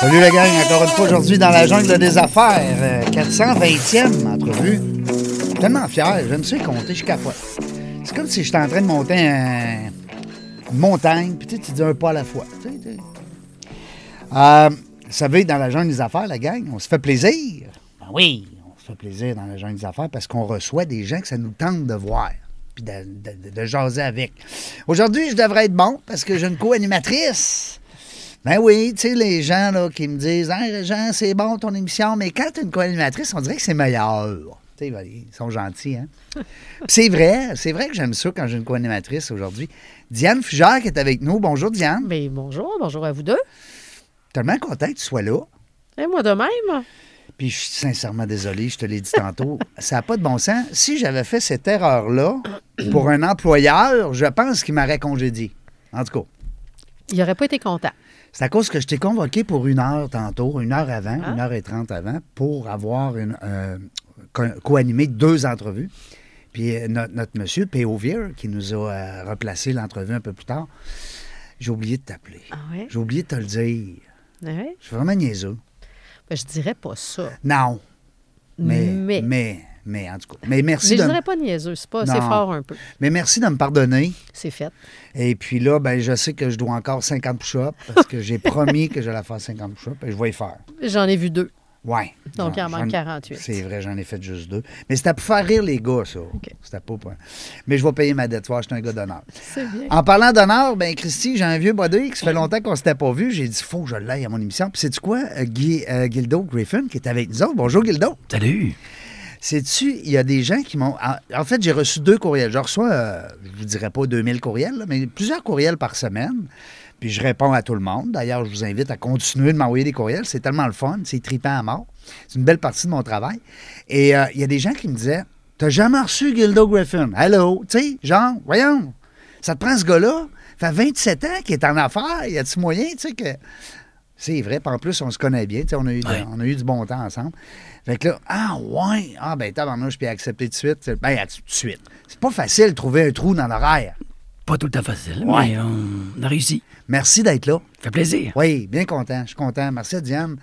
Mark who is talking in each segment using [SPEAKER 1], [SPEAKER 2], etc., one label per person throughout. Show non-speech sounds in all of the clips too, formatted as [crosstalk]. [SPEAKER 1] Salut la gang, encore une fois aujourd'hui dans la jungle des affaires, euh, 420e entrevue. Je suis tellement fier, je me suis compté, je capote. C'est comme si j'étais en train de monter un- une montagne, puis tu sais, tu dis un pas à la fois. tu sais, tu sais. Euh, vous savez, dans la jungle des affaires, la gang, on se fait plaisir. Ben oui, on se fait plaisir dans la jungle des affaires parce qu'on reçoit des gens que ça nous tente de voir, puis de, de- de- de jaser avec. Aujourd'hui, je devrais être bon parce que j'ai une co-animatrice. Ben oui, tu sais, les gens là, qui me disent Hey, Régent, c'est bon ton émission, mais quand tu une co-animatrice, on dirait que c'est meilleur. Tu sais, ils sont gentils, [laughs] hein? Puis c'est vrai, c'est vrai que j'aime ça quand j'ai une co-animatrice aujourd'hui. Diane Fugère qui est avec nous. Bonjour, Diane.
[SPEAKER 2] Mais Ben, bonjour, bonjour à vous deux.
[SPEAKER 1] Tellement content que tu sois là.
[SPEAKER 2] Et moi de même.
[SPEAKER 1] Puis je suis sincèrement désolé, je te l'ai dit tantôt, ça n'a pas de bon sens. Si j'avais fait cette erreur-là pour un employeur, je pense qu'il m'aurait congédié. En tout cas,
[SPEAKER 2] Il n'aurait pas été content.
[SPEAKER 1] c'est à cause que je t'ai convoqué pour une heure tantôt, une heure avant,
[SPEAKER 2] Ah.
[SPEAKER 1] une heure et trente avant, pour avoir une, euh, co- co-animé deux entrevues. Puis euh, notre, notre monsieur, Péovier, E qui nous a euh, replacé l'entrevue un peu plus tard, j'ai oublié de t'appeler.
[SPEAKER 2] Ah ouais?
[SPEAKER 1] J'ai oublié de te le dire.
[SPEAKER 2] Ah ouais?
[SPEAKER 1] Je suis vraiment niaiseux.
[SPEAKER 2] Ben, je dirais pas ça.
[SPEAKER 1] Non. Mais, mais,
[SPEAKER 2] Mais-
[SPEAKER 1] mais, en tout cas. Mais
[SPEAKER 2] Mais
[SPEAKER 1] merci,
[SPEAKER 2] je
[SPEAKER 1] de,
[SPEAKER 2] dirais pas niaiseux, c'est pas, c'est
[SPEAKER 1] Non.
[SPEAKER 2] fort un peu.
[SPEAKER 1] mais merci de me pardonner.
[SPEAKER 2] C'est fait.
[SPEAKER 1] Et puis là, ben, je sais que je dois encore 50 push-ups parce que
[SPEAKER 2] [laughs]
[SPEAKER 1] j'ai promis que j'allais faire 50 push-ups et je vais y faire.
[SPEAKER 2] J'en ai vu deux.
[SPEAKER 1] Ouais.
[SPEAKER 2] Donc, il en
[SPEAKER 1] J'en-
[SPEAKER 2] manque
[SPEAKER 1] j'en-
[SPEAKER 2] 48.
[SPEAKER 1] C'est vrai, j'en ai fait juste deux. Mais c'était pour faire rire les gars, ça. C'était pas pour- Mais je vais payer ma dette. Tu vois, je suis un gars d'honneur.
[SPEAKER 2] C'est bien.
[SPEAKER 1] En parlant d'honneur, ben Christy, j'ai un vieux body qui ça fait longtemps qu'on s'était pas vu. J'ai dit, faut que je l'aille à mon émission. Puis c'est-tu quoi? Euh, Guy- euh, Guildo Griffin qui est avec nous autres. Bonjour, Guildo.
[SPEAKER 3] Salut!
[SPEAKER 1] Sais-tu, il y a des gens qui m'ont. En, en fait, j'ai reçu deux courriels. Je reçois, euh, je vous dirais pas 2000 courriels, là, mais plusieurs courriels par semaine. Puis je réponds à tout le monde. D'ailleurs, je vous invite à continuer de m'envoyer des courriels. C'est tellement le fun, c'est tripant à mort. C'est une belle partie de mon travail. Et euh, il y a des gens qui me disaient T'as jamais reçu Gildo Griffin Hello Tu sais, genre, voyons, ça te prend ce gars-là Ça fait 27 ans qu'il est en affaires. Y a-tu moyen, tu sais, que. C'est vrai. Puis en plus, on se connaît bien. tu sais, On a, eu de-
[SPEAKER 3] Ouais.
[SPEAKER 1] on a eu du bon temps ensemble. Fait que là, ah ouais, ah ben tabarnouche, puis accepter de suite. c'est- Ben, à- tout de suite. C'est pas facile de trouver un trou dans l'horaire.
[SPEAKER 3] Pas tout le temps facile,
[SPEAKER 1] Ouais.
[SPEAKER 3] mais on a réussi.
[SPEAKER 1] Merci d'être là.
[SPEAKER 3] Ça fait plaisir.
[SPEAKER 1] Oui, bien content. Je suis content. Merci à Diane.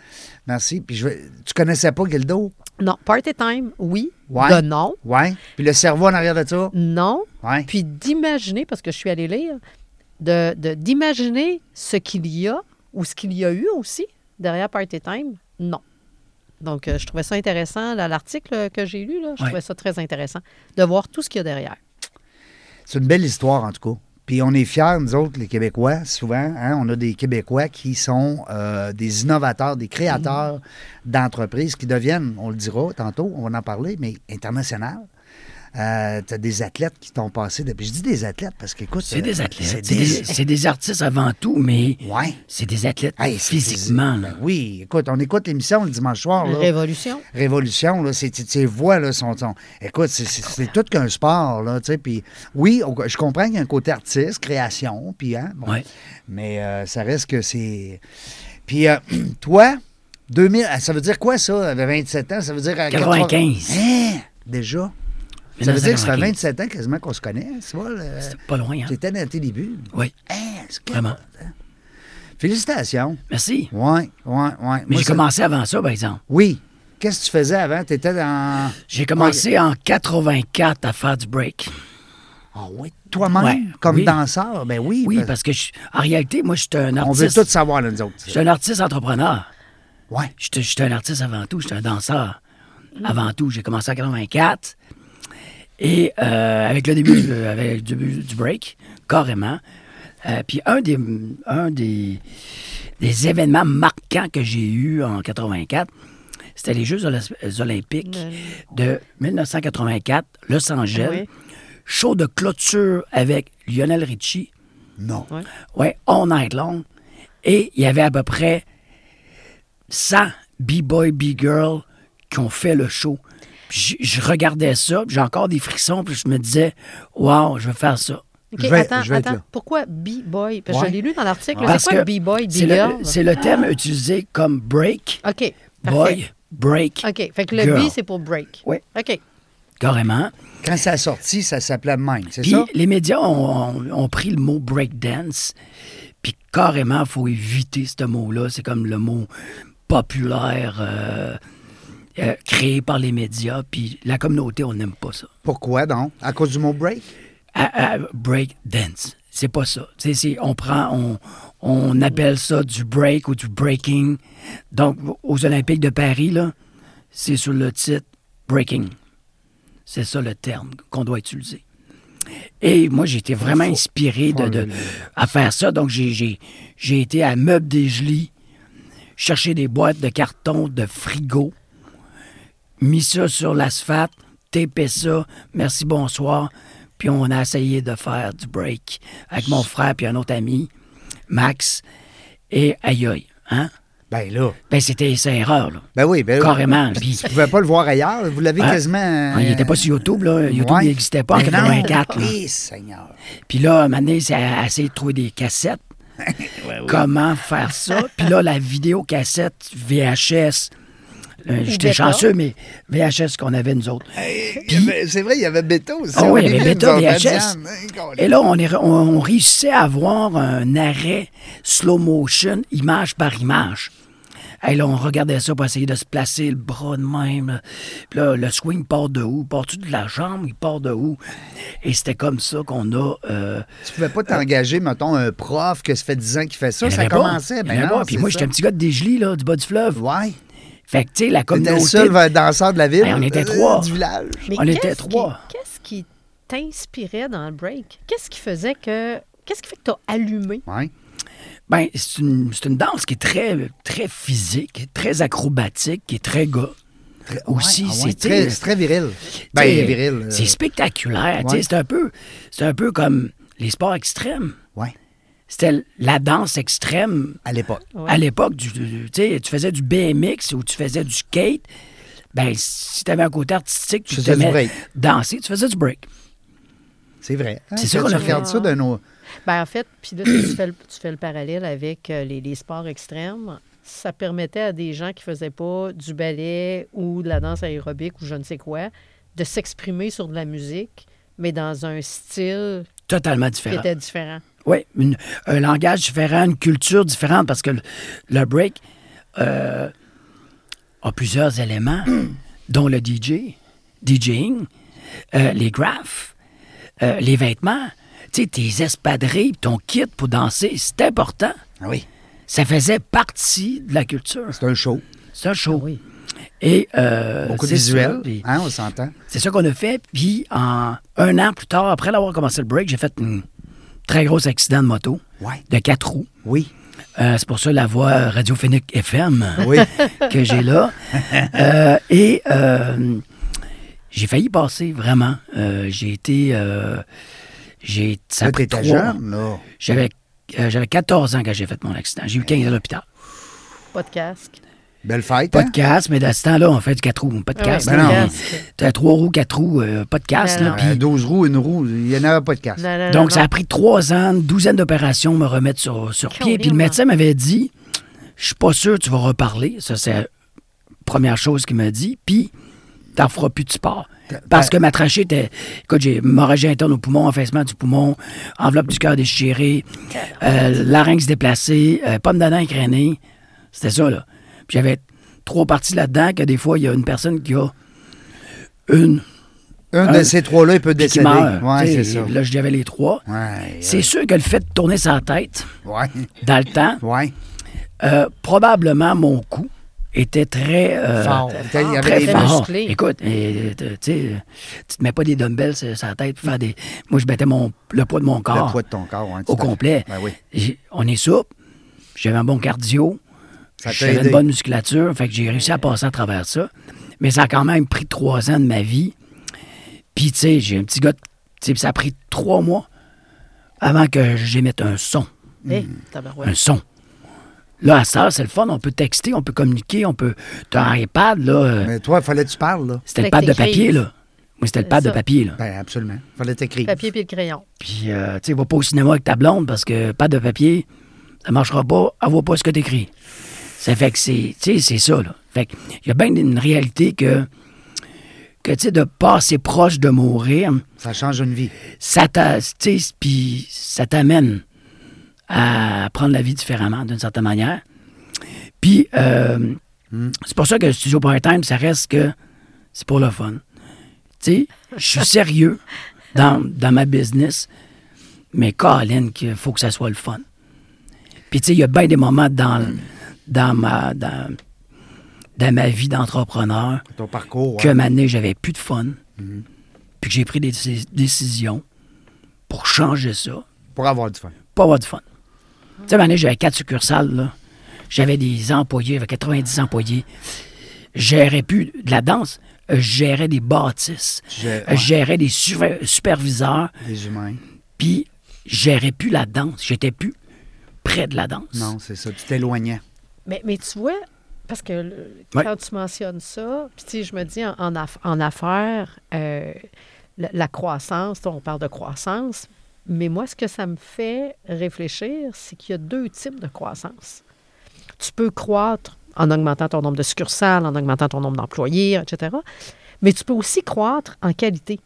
[SPEAKER 1] Merci. Puis je, vais- tu connaissais pas Gildo?
[SPEAKER 2] Non, party time, oui.
[SPEAKER 1] Ouais.
[SPEAKER 2] De non.
[SPEAKER 1] Ouais. Puis le cerveau en arrière de ça?
[SPEAKER 2] Non.
[SPEAKER 1] Ouais.
[SPEAKER 2] Puis d'imaginer, parce que je suis allée lire, de, de- d'imaginer ce qu'il y a ou ce qu'il y a eu aussi derrière party time, non. Donc, euh, je trouvais ça intéressant. là, L'article que j'ai lu, là, je
[SPEAKER 3] Ouais.
[SPEAKER 2] trouvais ça très intéressant de voir tout ce qu'il y a derrière.
[SPEAKER 1] C'est une belle histoire, en tout cas. Puis on est fiers, nous autres, les Québécois, souvent. hein, on a des Québécois qui sont euh, des innovateurs, des créateurs d'entreprises qui deviennent, on le dira tantôt, on va en parler, mais international. Euh, T'as des athlètes qui t'ont passé. de- puis Je dis des athlètes parce qu'écoute.
[SPEAKER 3] C'est des athlètes.
[SPEAKER 1] Euh, C'est
[SPEAKER 3] C'est
[SPEAKER 1] des-
[SPEAKER 3] des, c'est des artistes avant tout, mais
[SPEAKER 1] Ouais.
[SPEAKER 3] c'est des athlètes
[SPEAKER 1] Hey, c'est-
[SPEAKER 3] physiquement.
[SPEAKER 1] c'est-
[SPEAKER 3] là.
[SPEAKER 1] ben oui, écoute, on écoute l'émission le dimanche soir. là.
[SPEAKER 2] Révolution.
[SPEAKER 1] Révolution, là, ces, ces voix là, sont, sont- Écoute, c'est- c'est c'est tout qu'un sport, là, tu sais, puis oui, on- je comprends qu'il y a un côté artiste, création, puis hein, bon,
[SPEAKER 3] Ouais.
[SPEAKER 1] mais euh, ça reste que c'est... Puis euh, [clears throat] toi, 2000, ça veut dire quoi, ça, avec 27 ans? Ça veut dire... à
[SPEAKER 3] 95.
[SPEAKER 1] Hein? Déjà? Ça veut dire que ça fait
[SPEAKER 3] 1995.
[SPEAKER 1] 27 ans quasiment qu'on se connaît, hein, tu vois, là.
[SPEAKER 3] C'est pas loin, hein?
[SPEAKER 1] T'étais dans tes débuts.
[SPEAKER 3] Oui,
[SPEAKER 1] Hein, c'est que-
[SPEAKER 3] vraiment.
[SPEAKER 1] Félicitations.
[SPEAKER 3] Merci.
[SPEAKER 1] Ouais, ouais, ouais.
[SPEAKER 3] Mais
[SPEAKER 1] Moi,
[SPEAKER 3] j'ai
[SPEAKER 1] ça-
[SPEAKER 3] commencé avant ça, par exemple.
[SPEAKER 1] Oui. Qu'est-ce que tu faisais avant? T'étais dans...
[SPEAKER 3] J'ai commencé en 84 à faire du break.
[SPEAKER 1] Ah oui, toi-même,
[SPEAKER 3] Ouais,
[SPEAKER 1] comme
[SPEAKER 3] oui.
[SPEAKER 1] danseur, ben oui.
[SPEAKER 3] Oui,
[SPEAKER 1] parce-
[SPEAKER 3] parce que je- en réalité, moi, je suis un
[SPEAKER 1] on veut tout
[SPEAKER 3] artiste.
[SPEAKER 1] savoir, là, nous autres.
[SPEAKER 3] Je suis un artiste entrepreneur.
[SPEAKER 1] Ouais.
[SPEAKER 3] J'étais j'étais un artiste avant tout, j'étais un danseur avant tout. J'ai commencé en 84 et euh, avec le début du, avec le début du break, carrément. Euh, puis un des, un des, des événements marquants que j'ai eu en 84, c'était les Jeux Oly- olympiques de 1984, Los Angeles.
[SPEAKER 2] Oui.
[SPEAKER 3] Show de clôture avec Lionel Richie
[SPEAKER 1] Non.
[SPEAKER 2] Ouais.
[SPEAKER 3] Ouais, all night long. Et il y avait à peu près 100 B-boy, B-girl qui ont fait le show. Puis Je, je regardais ça, puis j'ai encore des frissons, puis je me disais, wow, je vais faire ça.
[SPEAKER 2] OK,
[SPEAKER 4] Je vais-
[SPEAKER 2] attends,
[SPEAKER 4] je vais être
[SPEAKER 2] attends.
[SPEAKER 4] là.
[SPEAKER 2] Pourquoi B-boy? Parce que
[SPEAKER 1] Ouais.
[SPEAKER 2] je l'ai lu dans l'article. là.
[SPEAKER 3] Parce
[SPEAKER 2] C'est quoi
[SPEAKER 3] que
[SPEAKER 2] B-boy,
[SPEAKER 3] c'est le,
[SPEAKER 2] B-girl?
[SPEAKER 3] c'est le thème utilisé comme break,
[SPEAKER 2] OK, parfait. Ah.
[SPEAKER 3] boy, break,
[SPEAKER 2] OK, fait que le
[SPEAKER 3] girl.
[SPEAKER 2] B, c'est pour break.
[SPEAKER 3] Ouais.
[SPEAKER 2] OK.
[SPEAKER 3] carrément.
[SPEAKER 1] Quand ça a sorti, ça s'appelait Mind, c'est
[SPEAKER 3] Puis
[SPEAKER 1] ça?
[SPEAKER 3] les médias ont, ont- ont pris le mot breakdance, puis carrément, faut éviter ce mot-là. C'est comme le mot populaire euh, euh, créé par les médias, puis la communauté, on n'aime pas ça.
[SPEAKER 1] Pourquoi donc? À cause du mot break?
[SPEAKER 3] À- à- breakdance, c'est pas ça. C'est- c'est- on prend, on, on appelle ça du break ou du breaking. Donc, aux Olympiques de Paris, là, c'est sur le titre breaking. C'est ça le terme qu'on doit utiliser. Et moi, j'ai été vraiment inspiré de, de- à faire ça. Donc, j'ai- j'ai j'ai été à Meubles des Gelis, chercher des boîtes de carton, de frigo, mis ça sur l'asphalte, tapé ça, merci, bonsoir. Puis on a essayé de faire du break avec mon frère puis un autre ami, Max, et aïe aïe. Hein?
[SPEAKER 1] Ben là.
[SPEAKER 3] Ben, c'était c'est erreur, là.
[SPEAKER 1] Ben oui, ben [laughs]
[SPEAKER 3] Carrément. Puis-
[SPEAKER 1] Vous ne pouvez pas le voir ailleurs. Vous l'avez
[SPEAKER 3] Ah,
[SPEAKER 1] quasiment. euh,
[SPEAKER 3] ah, il n'était pas sur YouTube, là. YouTube
[SPEAKER 1] Ouais.
[SPEAKER 3] n'existait pas en
[SPEAKER 1] Ben non.
[SPEAKER 3] 84. là.
[SPEAKER 1] Eh, Seigneur.
[SPEAKER 3] Puis là, maintenant, c'est à à essayer de trouver
[SPEAKER 1] [laughs]
[SPEAKER 3] des cassettes. Comment faire ça? Puis là, la vidéo cassette VHS. euh, J'étais
[SPEAKER 2] Beta.
[SPEAKER 3] chanceux, mais VHS qu'on avait nous autres.
[SPEAKER 1] Il y avait- C'est vrai, il y avait Beta aussi.
[SPEAKER 3] Ah
[SPEAKER 1] au
[SPEAKER 3] oui, il y avait
[SPEAKER 1] début,
[SPEAKER 3] Beta,
[SPEAKER 1] nous autres,
[SPEAKER 3] VHS.
[SPEAKER 1] Diane, hein, câlisse.
[SPEAKER 3] Et là, on, est- on- on réussissait à avoir un arrêt slow motion, image par image. Et là, on regardait ça pour essayer de se placer le bras de même. là. Puis là, le swing part de où? Part-tu de la jambe? Il part de où? Et c'était comme ça qu'on a... euh,
[SPEAKER 1] Tu pouvais pas t'engager, mettons, un prof que ça fait 10 ans qu'il fait ça.
[SPEAKER 3] il y en
[SPEAKER 1] Ça
[SPEAKER 3] avait pas. Il
[SPEAKER 1] commençait.
[SPEAKER 3] y en
[SPEAKER 1] Ben
[SPEAKER 3] avait
[SPEAKER 1] non,
[SPEAKER 3] pas. Puis
[SPEAKER 1] c'est
[SPEAKER 3] moi,
[SPEAKER 1] ça.
[SPEAKER 3] j'étais un petit gars de Dégelis, là, du bas du fleuve.
[SPEAKER 1] Ouais.
[SPEAKER 3] Fait que, tu sais, la
[SPEAKER 1] T'étais le
[SPEAKER 3] communauté...
[SPEAKER 1] seul danseur de la ville.
[SPEAKER 3] Ben, on était
[SPEAKER 1] euh,
[SPEAKER 3] trois.
[SPEAKER 1] Du village.
[SPEAKER 3] On était
[SPEAKER 2] qu'est-ce
[SPEAKER 3] trois.
[SPEAKER 2] qui- Qu'est-ce qui t'inspirait dans le break? Qu'est-ce qui faisait que. Qu'est-ce qui fait que t'as allumé?
[SPEAKER 1] Ouais.
[SPEAKER 3] Ben, c'est une, c'est une danse qui est très, très physique, très acrobatique, qui est très gars. aussi,
[SPEAKER 1] Ouais, ah ouais,
[SPEAKER 3] c'est
[SPEAKER 1] très,
[SPEAKER 3] très-
[SPEAKER 1] c'est très viril. Ben,
[SPEAKER 3] euh, T'sais,
[SPEAKER 1] viril. euh,
[SPEAKER 3] C'est spectaculaire.
[SPEAKER 1] ouais.
[SPEAKER 3] t'sais, C'est un, peu- c'est un peu comme les sports extrêmes.
[SPEAKER 1] ouais,
[SPEAKER 3] C'était l- la danse extrême
[SPEAKER 1] à l'époque.
[SPEAKER 2] Ouais.
[SPEAKER 3] à l'époque. Du, du- t'sais, tu faisais du BMX ou tu faisais du skate. Ben, si tu avais un côté artistique, tu
[SPEAKER 1] Tu faisais du
[SPEAKER 3] faisais
[SPEAKER 1] break.
[SPEAKER 3] danser, tu faisais du break.
[SPEAKER 1] C'est vrai. Hein,
[SPEAKER 3] C'est ça
[SPEAKER 1] quand
[SPEAKER 3] qu'on
[SPEAKER 1] tu
[SPEAKER 3] a
[SPEAKER 1] regardes
[SPEAKER 2] fait.
[SPEAKER 1] ça d'un autre.
[SPEAKER 2] Ben, en fait, puis là, si tu fais, le, tu fais le parallèle avec euh, les, les sports extrêmes. Ça permettait à des gens qui faisaient pas du ballet ou de la danse aérobique ou je ne sais quoi de s'exprimer sur de la musique, mais dans un style
[SPEAKER 3] Totalement
[SPEAKER 2] qui
[SPEAKER 3] différent.
[SPEAKER 2] était différent.
[SPEAKER 3] Oui, une- un langage différent, une culture différente, parce que le, le break euh, a plusieurs éléments, [clears throat] dont le DJ, DJing, euh, les graphes, euh, les vêtements, tu sais, tes espadrilles, ton kit pour danser, c'est important.
[SPEAKER 1] Ah oui.
[SPEAKER 3] Ça faisait partie de la culture.
[SPEAKER 1] C'est un show.
[SPEAKER 3] C'est un show. Et, euh,
[SPEAKER 1] Beaucoup de
[SPEAKER 3] Ben, c'est
[SPEAKER 1] visuel.
[SPEAKER 3] ça, puis-
[SPEAKER 1] Hein, on
[SPEAKER 3] [laughs]
[SPEAKER 1] s'entend.
[SPEAKER 3] c'est ça qu'on a fait. Puis, en un an plus tard, après l'avoir commencé le break, j'ai fait un très gros accident de moto
[SPEAKER 1] Ouais.
[SPEAKER 3] de quatre roues.
[SPEAKER 1] Oui.
[SPEAKER 3] Euh, c'est pour ça la voix
[SPEAKER 1] [laughs]
[SPEAKER 3] radiophonique FM
[SPEAKER 1] Oui.
[SPEAKER 3] que j'ai là. Euh, et euh, j'ai failli passer, vraiment. Euh, j'ai été... euh, j'ai, ça a
[SPEAKER 1] Là,
[SPEAKER 3] pris
[SPEAKER 1] t'étais
[SPEAKER 3] trois-
[SPEAKER 1] jeune, là.
[SPEAKER 3] J'avais, euh, j'avais 14 ans quand j'ai fait mon accident. J'ai eu 15 à l'hôpital.
[SPEAKER 1] Hein?
[SPEAKER 2] Pas de casque.
[SPEAKER 1] Belle fête.
[SPEAKER 3] Pas
[SPEAKER 1] Hein?
[SPEAKER 3] de casse, mais à ce temps-là, on fait du 4 roues. Pas de
[SPEAKER 2] Ah
[SPEAKER 3] casse.
[SPEAKER 2] ouais,
[SPEAKER 1] ben
[SPEAKER 3] là,
[SPEAKER 1] non.
[SPEAKER 2] casque.
[SPEAKER 3] mais T'as 3 roues, 4 roues, euh, pas de casse.
[SPEAKER 2] Ben
[SPEAKER 3] là,
[SPEAKER 2] non.
[SPEAKER 3] puis-
[SPEAKER 1] Euh, 12 roues, une roue. Il n'y en avait pas de casse.
[SPEAKER 2] Non, non, non,
[SPEAKER 3] Donc, ça
[SPEAKER 2] Euh, non.
[SPEAKER 3] a pris trois ans, une douzaine d'opérations me remettre sur, sur pied. Puis le
[SPEAKER 2] Carrément.
[SPEAKER 3] médecin m'avait dit Je suis pas sûr que tu vas reparler. Ça, c'est la première chose qu'il m'a dit. Puis, t'en feras plus de sport. Parce que ma trachée était. Écoute, j'ai hémorragie interne au poumon, affaissement du poumon, enveloppe du cœur déchirée, euh, larynx déplacée, euh, pomme de dent écrénée. C'était ça, là. Puis j'avais trois parties là-dedans que des fois, il y a une personne qui a une
[SPEAKER 1] Un de
[SPEAKER 3] Un-
[SPEAKER 1] ces trois-là, il peut
[SPEAKER 3] puis qui
[SPEAKER 1] décéder.
[SPEAKER 3] meurt.
[SPEAKER 1] Ouais,
[SPEAKER 3] Tu
[SPEAKER 1] c'est
[SPEAKER 3] sais,
[SPEAKER 1] ça.
[SPEAKER 3] Là, j'avais les trois.
[SPEAKER 1] Ouais. euh,
[SPEAKER 3] C'est sûr que le fait de tourner sa tête
[SPEAKER 1] Ouais.
[SPEAKER 3] dans le temps,
[SPEAKER 1] Ouais.
[SPEAKER 3] euh, probablement mon coup était très euh,
[SPEAKER 1] Fort. Il y avait
[SPEAKER 3] Très
[SPEAKER 1] des
[SPEAKER 2] fort.
[SPEAKER 3] fort.
[SPEAKER 2] musclé.
[SPEAKER 3] Écoute, euh, tu sais, euh, tu te mets pas des dumbbells sur sur la tête pour faire des. Moi, je mettais mon, le poids de mon corps.
[SPEAKER 1] poids de ton corps, ouais, tout
[SPEAKER 3] au
[SPEAKER 1] à fait.
[SPEAKER 3] complet.
[SPEAKER 1] Ben oui.
[SPEAKER 3] J'ai- On est souple. J'avais un bon cardio.
[SPEAKER 1] Ça t'a
[SPEAKER 3] J'avais
[SPEAKER 1] aidé.
[SPEAKER 3] une bonne musculature. Fait que j'ai réussi à passer à travers ça. Mais ça a quand même pris trois ans de ma vie. Puis, tu sais, j'ai un petit gars. de- tu sais, ça a pris trois mois avant que j'émette un son.
[SPEAKER 2] Eh,
[SPEAKER 3] un
[SPEAKER 2] tabarouette.
[SPEAKER 3] son. Là, à ça, c'est le fun. On peut texter, on peut communiquer, on peut. T'as un iPad, là. euh,
[SPEAKER 1] Mais toi, il fallait que tu parles, là.
[SPEAKER 3] C'était le
[SPEAKER 2] Fait
[SPEAKER 3] pad
[SPEAKER 2] que
[SPEAKER 3] de
[SPEAKER 2] t'écris.
[SPEAKER 3] papier, là. Moi, c'était le
[SPEAKER 2] C'est
[SPEAKER 3] pad de
[SPEAKER 2] ça.
[SPEAKER 3] papier, là.
[SPEAKER 1] Ben, absolument. fallait t'écrire.
[SPEAKER 2] Papier puis le crayon.
[SPEAKER 3] Puis, euh, tu sais, va pas au cinéma avec ta blonde parce que pad de papier, ça marchera pas. Elle voit pas ce que t'écris. Ça fait que c'est. Tu sais, c'est ça, là. Fait que il y a bien une réalité que. Que, tu sais, de passer proche de mourir,
[SPEAKER 1] Ça change une vie.
[SPEAKER 3] ça t'a- tu sais, puis ça t'amène à prendre la vie différemment, d'une certaine manière. Puis, euh, c'est pour ça que Studio Part-Time, ça reste que c'est pour le fun. Tu sais, je suis sérieux dans, dans ma business, mais Colin, il faut que ça soit le fun. Puis, tu sais, il y a bien des moments dans, dans, ma, dans, dans ma vie d'entrepreneur
[SPEAKER 1] Ton parcours.
[SPEAKER 3] que
[SPEAKER 1] hein.
[SPEAKER 3] maintenant j'avais plus de fun,
[SPEAKER 1] Mhm.
[SPEAKER 3] puis que j'ai pris des déci- décisions pour changer ça,
[SPEAKER 1] Pour avoir du fun.
[SPEAKER 3] pas avoir du fun. Tu sais, maintenant j'avais quatre succursales, là. J'avais des employés, j'avais 90 employés. Je gérais plus de la danse, euh, je gérais des bâtisses,
[SPEAKER 1] Tu gères-
[SPEAKER 3] Euh, je gérais des suver- superviseurs,
[SPEAKER 1] Les humains.
[SPEAKER 3] puis je gérais plus la danse, j'étais plus près de la danse.
[SPEAKER 1] Non, c'est ça. Tu t'éloignais.
[SPEAKER 2] Mais, mais tu vois, parce que le-
[SPEAKER 3] Ouais.
[SPEAKER 2] quand tu mentionnes ça, puis tu sais, je me dis en, en aff- en affaires, euh, la, la croissance, on parle de croissance, mais moi, ce que ça me fait réfléchir, c'est qu'il y a deux types de croissance. Tu peux croître en augmentant ton nombre de succursales, en augmentant ton nombre d'employés, etc. Mais tu peux aussi croître en qualité.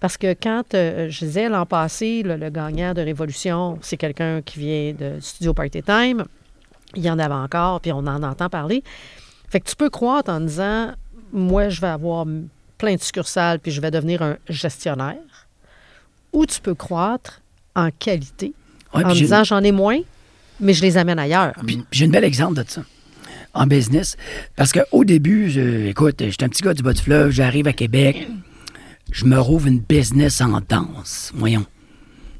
[SPEAKER 2] Parce que quand euh, je disais l'an passé, le, le gagnant de Révolution, c'est quelqu'un qui vient de Studio Party Time, il y en avait encore, puis on en entend parler. Fait que tu peux croître en disant, moi, je vais avoir m- plein de succursales, puis je vais devenir un gestionnaire. Ou tu peux croître en qualité,
[SPEAKER 3] Ouais,
[SPEAKER 2] en
[SPEAKER 3] puis j'ai-
[SPEAKER 2] disant, j'en ai moins, mais je les amène ailleurs.
[SPEAKER 3] Puis, puis j'ai un bel exemple de ça en business. Parce qu'au début, je- écoute, j'étais un petit gars du bas du fleuve, j'arrive à Québec, je me rouvre une business en danse. Voyons.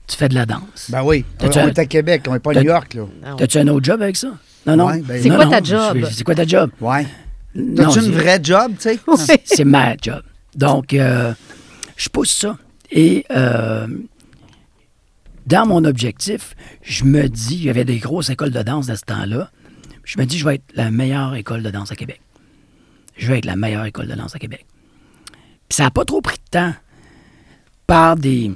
[SPEAKER 3] Tu fais de la danse.
[SPEAKER 1] Ben oui. On,
[SPEAKER 3] T'as-tu
[SPEAKER 1] on
[SPEAKER 3] un-
[SPEAKER 1] est à Québec. On n'est pas à
[SPEAKER 3] t'as-
[SPEAKER 1] New York, là.
[SPEAKER 2] Non.
[SPEAKER 3] T'as-tu un autre job avec ça? Non, non.
[SPEAKER 1] Ouais, ben-
[SPEAKER 2] C'est
[SPEAKER 3] Non,
[SPEAKER 2] quoi
[SPEAKER 3] non,
[SPEAKER 2] ta job?
[SPEAKER 3] je- C'est quoi ta job?
[SPEAKER 1] Ouais.
[SPEAKER 3] Non,
[SPEAKER 1] T'as-tu
[SPEAKER 3] c'est-
[SPEAKER 1] une vraie job, tu sais?
[SPEAKER 3] [laughs]
[SPEAKER 1] [laughs]
[SPEAKER 3] C'est ma job. Donc, euh, je pousse ça. Et euh, dans mon objectif, je me dis, il y avait des grosses écoles de danse à ce temps-là. Je me dis, je vais être la meilleure école de danse à Québec. Je vais être la meilleure école de danse à Québec. Puis ça n'a pas trop pris de temps par des,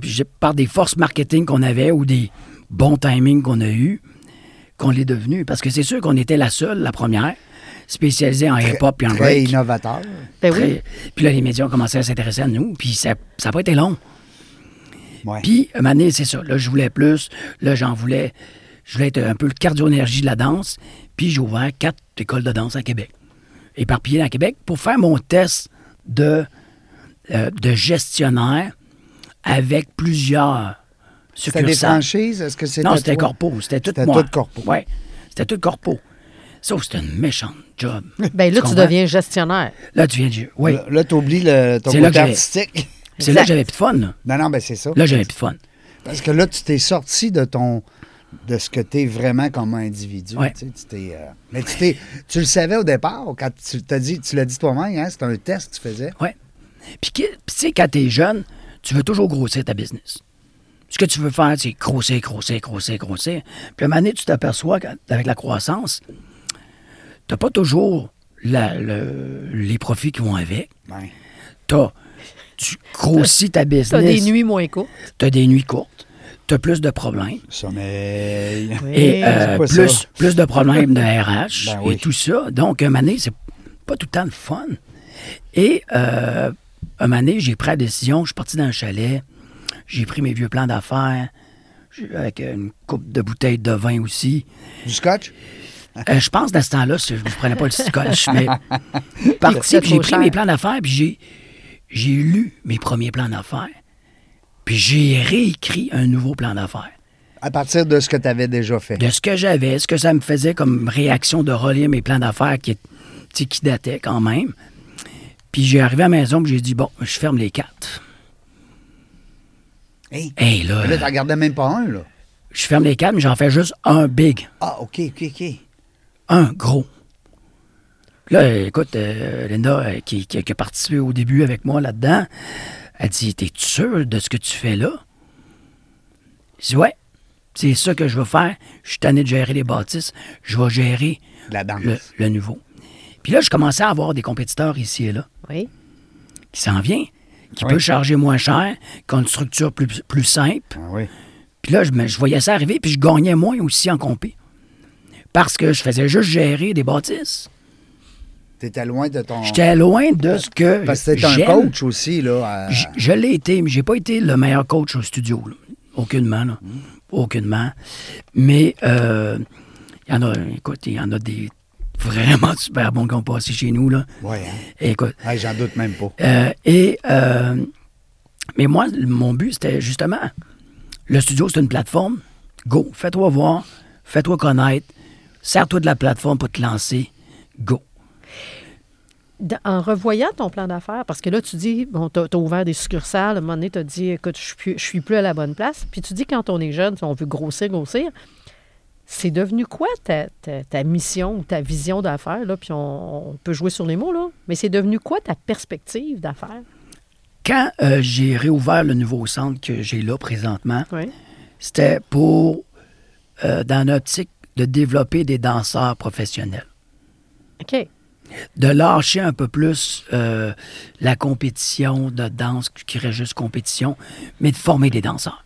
[SPEAKER 3] puis j'ai- par des forces marketing qu'on avait ou des bons timings qu'on a eus qu'on l'est devenu. Parce que c'est sûr qu'on était la seule, la première, spécialisée en hip-hop et en
[SPEAKER 1] Très
[SPEAKER 3] break.
[SPEAKER 1] innovateur.
[SPEAKER 2] Ben oui.
[SPEAKER 3] Très- Puis là, les médias ont commencé à s'intéresser à nous, puis ça n'a pas été long.
[SPEAKER 1] Ouais.
[SPEAKER 3] Puis, à un moment donné, c'est ça. Là, je voulais plus. Là, j'en voulais. Je voulais être un peu le cardio-énergie de la danse. Puis, j'ai ouvert quatre écoles de danse à Québec, éparpillées à Québec, pour faire mon test de, euh, de gestionnaire avec plusieurs
[SPEAKER 1] C'était des
[SPEAKER 3] succursales.
[SPEAKER 1] franchises? Est-ce que c'était
[SPEAKER 3] Non, c'était
[SPEAKER 1] toi?
[SPEAKER 3] corpo. C'était tout
[SPEAKER 1] C'était
[SPEAKER 3] moi.
[SPEAKER 1] tout corpo.
[SPEAKER 3] Ouais. C'était tout corpo. Sauf que c'était une méchante job.
[SPEAKER 2] Ben là, tu,
[SPEAKER 3] comprends?
[SPEAKER 2] deviens gestionnaire.
[SPEAKER 3] Là, tu viens de... Oui.
[SPEAKER 1] Là, Là, t'oublies le, ton
[SPEAKER 3] C'est
[SPEAKER 1] côté
[SPEAKER 3] là que j'ai- [laughs]
[SPEAKER 1] artistique.
[SPEAKER 3] C'est
[SPEAKER 2] Exact.
[SPEAKER 3] là que j'avais plus de fun. Là,
[SPEAKER 1] Non, non, ben c'est ça.
[SPEAKER 3] là j'avais plus de fun.
[SPEAKER 1] Parce que là, tu t'es sorti de ton de ce que t'es vraiment comme individu.
[SPEAKER 3] Ouais.
[SPEAKER 1] Tu sais, tu t'es, euh, mais tu, t'es- tu le savais au départ, quand tu t'as dit, tu l'as dit toi-même, hein, c'était un test que tu faisais.
[SPEAKER 3] Ouais. Puis, que- puis tu sais, quand t'es jeune, tu veux toujours grossir ta business. Ce que tu veux faire, c'est grossir, grossir, grossir, grossir. Puis à un moment donné, tu t'aperçois qu'avec la croissance, t'as pas toujours la- le- les profits qui vont avec.
[SPEAKER 1] Ouais.
[SPEAKER 3] T'as, tu grossis ta business.
[SPEAKER 2] Tu as des nuits moins courtes.
[SPEAKER 3] t'as des nuits courtes. T'as plus de problèmes.
[SPEAKER 1] Sommeil.
[SPEAKER 3] Et euh,
[SPEAKER 1] pas ça.
[SPEAKER 3] plus, plus de problèmes de RH
[SPEAKER 1] Ben oui.
[SPEAKER 3] et tout ça. Donc, un moment donné, c'est pas tout le temps le fun. Et euh, un moment donné, j'ai pris la décision, je suis parti dans un chalet, j'ai pris mes vieux plans d'affaires, j'ai- avec une coupe de bouteilles de vin
[SPEAKER 1] [laughs]
[SPEAKER 3] aussi.
[SPEAKER 1] Du scotch?
[SPEAKER 3] Euh, je pense, dans ce temps-là, c'est- je ne prenais pas le scotch,
[SPEAKER 1] [laughs]
[SPEAKER 3] mais parti,
[SPEAKER 2] coûtait
[SPEAKER 3] puis j'ai
[SPEAKER 2] trop
[SPEAKER 3] pris
[SPEAKER 2] cher.
[SPEAKER 3] mes plans d'affaires, puis j'ai, j'ai lu mes premiers plans d'affaires, puis j'ai réécrit un nouveau plan d'affaires.
[SPEAKER 1] À partir de ce que tu avais déjà fait.
[SPEAKER 3] de ce que j'avais, ce que ça me faisait comme réaction de relire mes plans d'affaires qui, tu sais, qui dataient quand même. Puis j'ai arrivé à la maison, puis j'ai dit, bon, je ferme les quatre.
[SPEAKER 1] Hey.
[SPEAKER 3] Hey, là,
[SPEAKER 1] Là, tu regardais même pas un, là.
[SPEAKER 3] je ferme les quatre, mais j'en fais juste un big,
[SPEAKER 1] Ah, OK, OK, OK.
[SPEAKER 3] un gros. Là, euh, écoute, euh, Linda, euh, qui, qui- qui a participé au début avec moi là-dedans, elle dit, t'es sûr de ce que tu fais là? Je dis, ouais, c'est ça que je vais faire. Je suis tanné de gérer les bâtisses. Je vais gérer
[SPEAKER 1] La danse.
[SPEAKER 3] le, le nouveau. Puis là, je commençais à avoir des compétiteurs ici et là
[SPEAKER 2] Oui.
[SPEAKER 3] qui s'en vient, qui
[SPEAKER 1] Oui.
[SPEAKER 3] peut charger moins cher, qui a une structure plus, plus simple.
[SPEAKER 1] Ah oui.
[SPEAKER 3] Puis là, je, me- je voyais ça arriver, puis je gagnais moins aussi en compé. Parce que je faisais juste gérer des bâtisses.
[SPEAKER 1] T'étais loin de ton.
[SPEAKER 3] J'étais loin de ce que.
[SPEAKER 1] Ah. Parce que t'es un
[SPEAKER 3] j'aime.
[SPEAKER 1] coach aussi, là. à-
[SPEAKER 3] Je, je l'ai été, mais j'ai pas été le meilleur coach au studio. là. Aucunement, là.
[SPEAKER 1] Hmm.
[SPEAKER 3] Aucunement. Mais euh, il y en a, écoute, il y en a des vraiment super bons qui ont passé chez nous. Là.
[SPEAKER 1] Ouais, hein.
[SPEAKER 3] Écoute,
[SPEAKER 1] Ouais, J'en doute même pas.
[SPEAKER 3] euh, et, euh, mais moi, l- mon but, c'était justement, le studio, c'est une plateforme. Go, fais-toi voir, fais-toi connaître, sers-toi de la plateforme pour te lancer. Go.
[SPEAKER 2] D- en revoyant ton plan d'affaires, parce que là, tu dis, bon, tu as ouvert des succursales, à un moment donné, tu as dit, écoute, je suis plus- je suis plus à la bonne place. Puis tu dis, quand on est jeune, on veut grossir, grossir. C'est devenu quoi ta, ta- ta mission ou ta vision d'affaires? là? Puis on, on peut jouer sur les mots, là. Mais c'est devenu quoi ta perspective d'affaires?
[SPEAKER 3] Quand euh, j'ai réouvert le nouveau centre que j'ai là présentement,
[SPEAKER 2] Oui.
[SPEAKER 3] c'était pour, euh, dans l'optique de développer des danseurs professionnels,
[SPEAKER 2] OK.
[SPEAKER 3] de lâcher un peu plus euh, la compétition de danse qui reste juste compétition, mais de former des danseurs.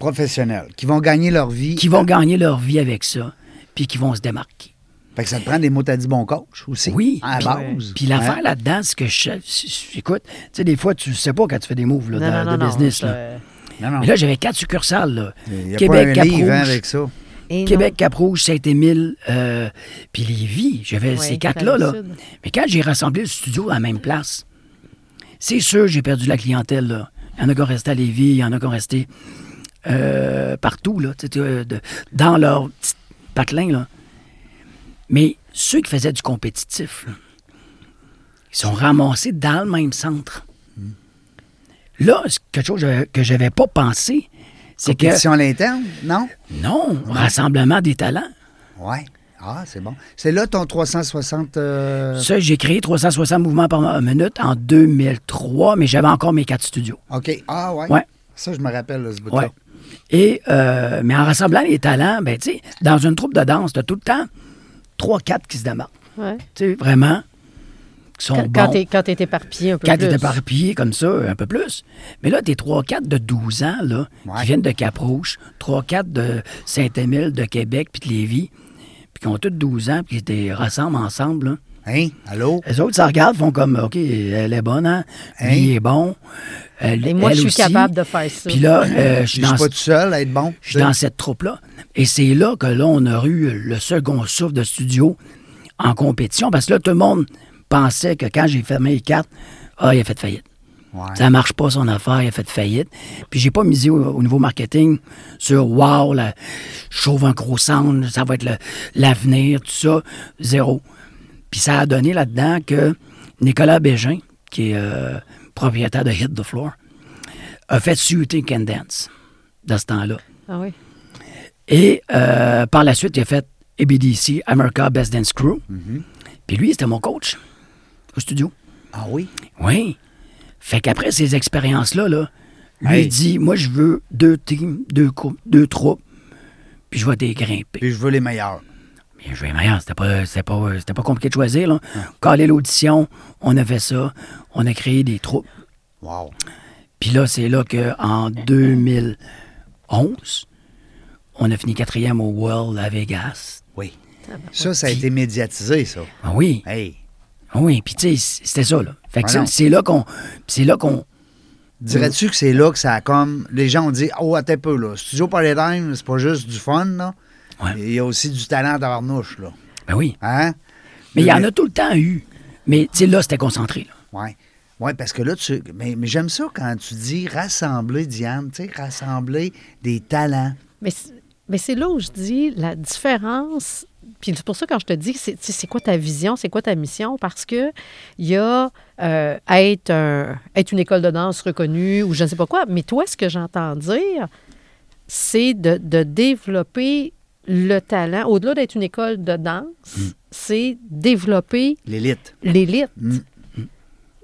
[SPEAKER 1] Professionnels qui vont gagner leur vie.
[SPEAKER 3] qui vont gagner leur vie avec ça, puis qui vont se démarquer.
[SPEAKER 1] Fait que ça te prend des mots, t'as dit bon coach aussi. hein,
[SPEAKER 3] Oui.
[SPEAKER 1] À
[SPEAKER 3] puis,
[SPEAKER 1] la base.
[SPEAKER 3] Puis l'affaire
[SPEAKER 1] Hein?
[SPEAKER 3] là-dedans, c'est que je, je- écoute, tu sais, des fois, tu sais pas quand tu fais des moves là, de, de business.
[SPEAKER 2] je-
[SPEAKER 3] là.
[SPEAKER 1] Non, non.
[SPEAKER 3] Mais là, j'avais quatre succursales. Là.
[SPEAKER 1] Il y a
[SPEAKER 3] Québec,
[SPEAKER 1] pas un
[SPEAKER 3] Cap
[SPEAKER 1] livre hein,
[SPEAKER 3] Rouge,
[SPEAKER 1] avec ça.
[SPEAKER 2] Et non.
[SPEAKER 3] Québec, Cap-Rouge, Saint-Émile, euh, puis Lévis. J'avais
[SPEAKER 2] Ouais,
[SPEAKER 3] ces quatre-là. Là.
[SPEAKER 2] Rive-Sud.
[SPEAKER 3] Mais quand j'ai rassemblé le studio à la même place, c'est sûr j'ai perdu la clientèle. Là. Il y en a qui ont resté à Lévis, il y en a qui ont resté euh, partout, là, tu sais, euh, de- dans leur petit patelin. Là. Mais ceux qui faisaient du compétitif, là, ils sont ramassés dans le même centre.
[SPEAKER 2] Hmm.
[SPEAKER 3] Là, c'est quelque chose que j'avais pas pensé, c'est que...
[SPEAKER 1] Compétition à l'interne, non?
[SPEAKER 3] Non, rassemblement des talents.
[SPEAKER 1] Ouais. Ah, c'est bon. C'est là ton 360. euh,
[SPEAKER 3] Ça, j'ai créé 360 mouvements par euh, minute en 2003, mais j'avais encore mes quatre studios.
[SPEAKER 1] OK. Ah, ouais.
[SPEAKER 3] Ouais.
[SPEAKER 1] Ça, je me rappelle, là, ce bout-là.
[SPEAKER 3] Ouais. Et, euh, mais en rassemblant les talents, ben, tu sais, dans une troupe de danse, tu tout le temps 3-4 qui se démarquent.
[SPEAKER 2] Ouais.
[SPEAKER 3] Tu sais, vraiment, qui sont
[SPEAKER 2] Quand,
[SPEAKER 3] bons.
[SPEAKER 2] quand t'es- quand t'es éparpillé un peu
[SPEAKER 3] Quand
[SPEAKER 2] plus.
[SPEAKER 3] t'es éparpillé comme ça, un peu plus. Mais là, t'es 3-4 de 12 ans, là,
[SPEAKER 1] Ouais.
[SPEAKER 3] qui viennent de Cap-Rouge, 3-4 de Saint-Émile, de Québec, puis de Lévis, puis qui ont tous 12 ans, puis qui se rassemblent ensemble, là.
[SPEAKER 1] Hein? Allô?
[SPEAKER 3] Les autres, ça regarde, font comme, OK, elle est bonne, hein? Lui,
[SPEAKER 1] Hein?
[SPEAKER 3] il est bon. Euh, Elle,
[SPEAKER 2] Et moi,
[SPEAKER 3] elle
[SPEAKER 2] je suis
[SPEAKER 3] aussi.
[SPEAKER 2] capable de faire ça.
[SPEAKER 3] Puis là, euh, je suis
[SPEAKER 1] Je
[SPEAKER 3] dans,
[SPEAKER 1] suis pas tout seul à être bon.
[SPEAKER 3] je suis dans cette troupe-là. Et c'est là que là, on a eu le second souffle de studio en compétition. Parce que là, tout le monde pensait que quand j'ai fermé les cartes, ah, il a fait faillite.
[SPEAKER 1] Ouais.
[SPEAKER 3] Ça marche pas son affaire, il a fait faillite. Puis j'ai pas misé au, au niveau marketing sur Wow, la, je trouve un gros centre, ça va être le- l'avenir, tout ça. Zéro. Puis ça a donné là-dedans que Nicolas Bégin, qui est euh, propriétaire de Hit the Floor, a fait Shooting Can Dance dans ce temps-là.
[SPEAKER 2] Ah oui.
[SPEAKER 3] Et euh, par la suite, il a fait ABDC, America Best Dance Crew. Puis lui, c'était mon coach au studio.
[SPEAKER 1] Ah oui?
[SPEAKER 3] Oui. Fait qu'après ces expériences-là, là, lui
[SPEAKER 1] Hey.
[SPEAKER 3] il dit Moi, je veux deux teams, deux coupes, deux troupes, puis je vais dégrimper.
[SPEAKER 1] Puis je veux les meilleurs.
[SPEAKER 3] Mais je vais meilleur, c'était pas, c'était pas, euh, c'était pas compliqué de choisir. Là. Caler l'audition, on a fait ça, on a créé des troupes.
[SPEAKER 1] Wow.
[SPEAKER 3] Puis là, c'est là qu'en 2011, on a fini quatrième au World à Vegas.
[SPEAKER 1] Oui. Ça, ça a été médiatisé, ça.
[SPEAKER 3] Ah oui,
[SPEAKER 1] Hey.
[SPEAKER 3] ah oui, puis tu sais, c'était ça. Là. Fait que
[SPEAKER 1] Ah non.
[SPEAKER 3] ça, c'est là qu'on. C'est là qu'on. Mm.
[SPEAKER 1] Dirais-tu que c'est là que ça a comme. Les gens ont dit Oh, attends un peu, là. Studio Polytime, c'est pas juste du fun, là.
[SPEAKER 3] Ouais.
[SPEAKER 1] Il y a aussi du talent d'arnouche, là.
[SPEAKER 3] Ben oui.
[SPEAKER 1] Hein?
[SPEAKER 3] Mais il y en a tout le temps eu. Mais tu sais, là, c'était concentré. là.
[SPEAKER 1] Oui. Ouais, parce que là, tu. Mais, mais j'aime ça quand tu dis rassembler, Diane, tu sais, rassembler des talents.
[SPEAKER 2] Mais, c'est- mais c'est là où je dis la différence. Puis c'est pour ça quand je te dis, c'est, tu sais, c'est quoi ta vision, c'est quoi ta mission, parce que il y a euh, être, un- être une école de danse reconnue ou je ne sais pas quoi, mais toi, ce que j'entends dire, c'est de, de développer le talent. Au-delà d'être une école de danse,
[SPEAKER 3] Mm.
[SPEAKER 2] c'est développer
[SPEAKER 1] L'élite.
[SPEAKER 2] l'élite.
[SPEAKER 3] Mm.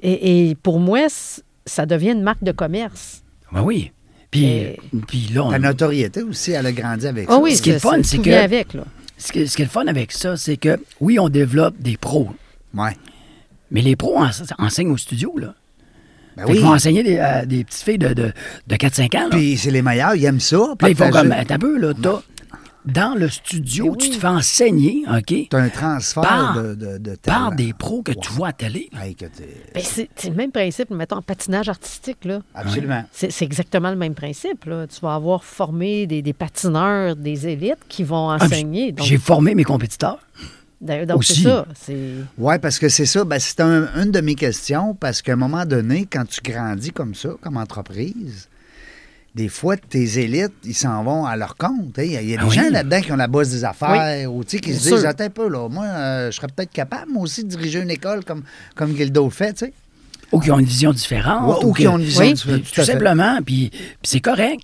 [SPEAKER 2] Et, et pour moi, c- ça devient une marque de commerce.
[SPEAKER 3] Ben oui. Puis, puis là, on-
[SPEAKER 1] La notoriété aussi, elle a grandi avec
[SPEAKER 2] Ah
[SPEAKER 1] ça.
[SPEAKER 2] oui,
[SPEAKER 3] Ce qui est
[SPEAKER 2] ça-
[SPEAKER 3] le fun,
[SPEAKER 2] ça-
[SPEAKER 3] c'est
[SPEAKER 2] tout
[SPEAKER 3] que-
[SPEAKER 2] vient avec, là.
[SPEAKER 3] ce, qui, ce qui est le fun avec ça, c'est que oui, on développe des pros,
[SPEAKER 1] Ouais.
[SPEAKER 3] mais les pros en- enseignent au studio. Là.
[SPEAKER 1] Ben
[SPEAKER 3] Fait qu'ils
[SPEAKER 1] oui.
[SPEAKER 3] vont enseigner des, à des petites filles de, de, de 4-5 ans. là.
[SPEAKER 1] Puis c'est les meilleurs, ils aiment ça.
[SPEAKER 3] Puis là, ils font
[SPEAKER 1] partagent-
[SPEAKER 3] comme, euh, attends un peu, là, t'as- dans le studio, tu te fais enseigner, OK,
[SPEAKER 1] T'as un transfert
[SPEAKER 3] Par-
[SPEAKER 1] de, de, de
[SPEAKER 3] par
[SPEAKER 1] talent.
[SPEAKER 3] des pros que tu
[SPEAKER 1] Wow.
[SPEAKER 3] vois à télé.
[SPEAKER 1] Hey, que t'es-
[SPEAKER 2] Ben, c'est c'est le même principe, mettons, en patinage artistique, là.
[SPEAKER 3] Ah.
[SPEAKER 1] Absolument.
[SPEAKER 2] C'est c'est exactement le même principe. Là. Tu vas avoir formé des, des patineurs, des élites qui vont
[SPEAKER 3] Ah,
[SPEAKER 2] enseigner. donc,
[SPEAKER 3] J'ai formé mes compétiteurs.
[SPEAKER 2] d'ailleurs, donc, c'est
[SPEAKER 3] aussi.
[SPEAKER 2] ça. c'est-
[SPEAKER 1] Oui, parce que c'est ça, ben, c'est un- une de mes questions, parce qu'à un moment donné, quand tu grandis comme ça, comme entreprise, des fois, tes élites, ils s'en vont à leur compte. hein. Il y a, il y a des
[SPEAKER 3] Ah oui.
[SPEAKER 1] gens là-dedans qui ont la bosse des affaires, ou tu sais, qui se
[SPEAKER 2] Sûr.
[SPEAKER 1] disent, attends un peu, là, moi, euh, je serais peut-être capable, moi aussi, de diriger une école comme, comme Guildo le fait, tu sais.
[SPEAKER 3] Ou qui ont une vision différente.
[SPEAKER 1] Ouais, ou qui
[SPEAKER 3] que-
[SPEAKER 1] ont une vision
[SPEAKER 2] Oui.
[SPEAKER 1] différente, tout
[SPEAKER 3] Tout
[SPEAKER 1] à fait.
[SPEAKER 3] simplement, puis puis c'est correct.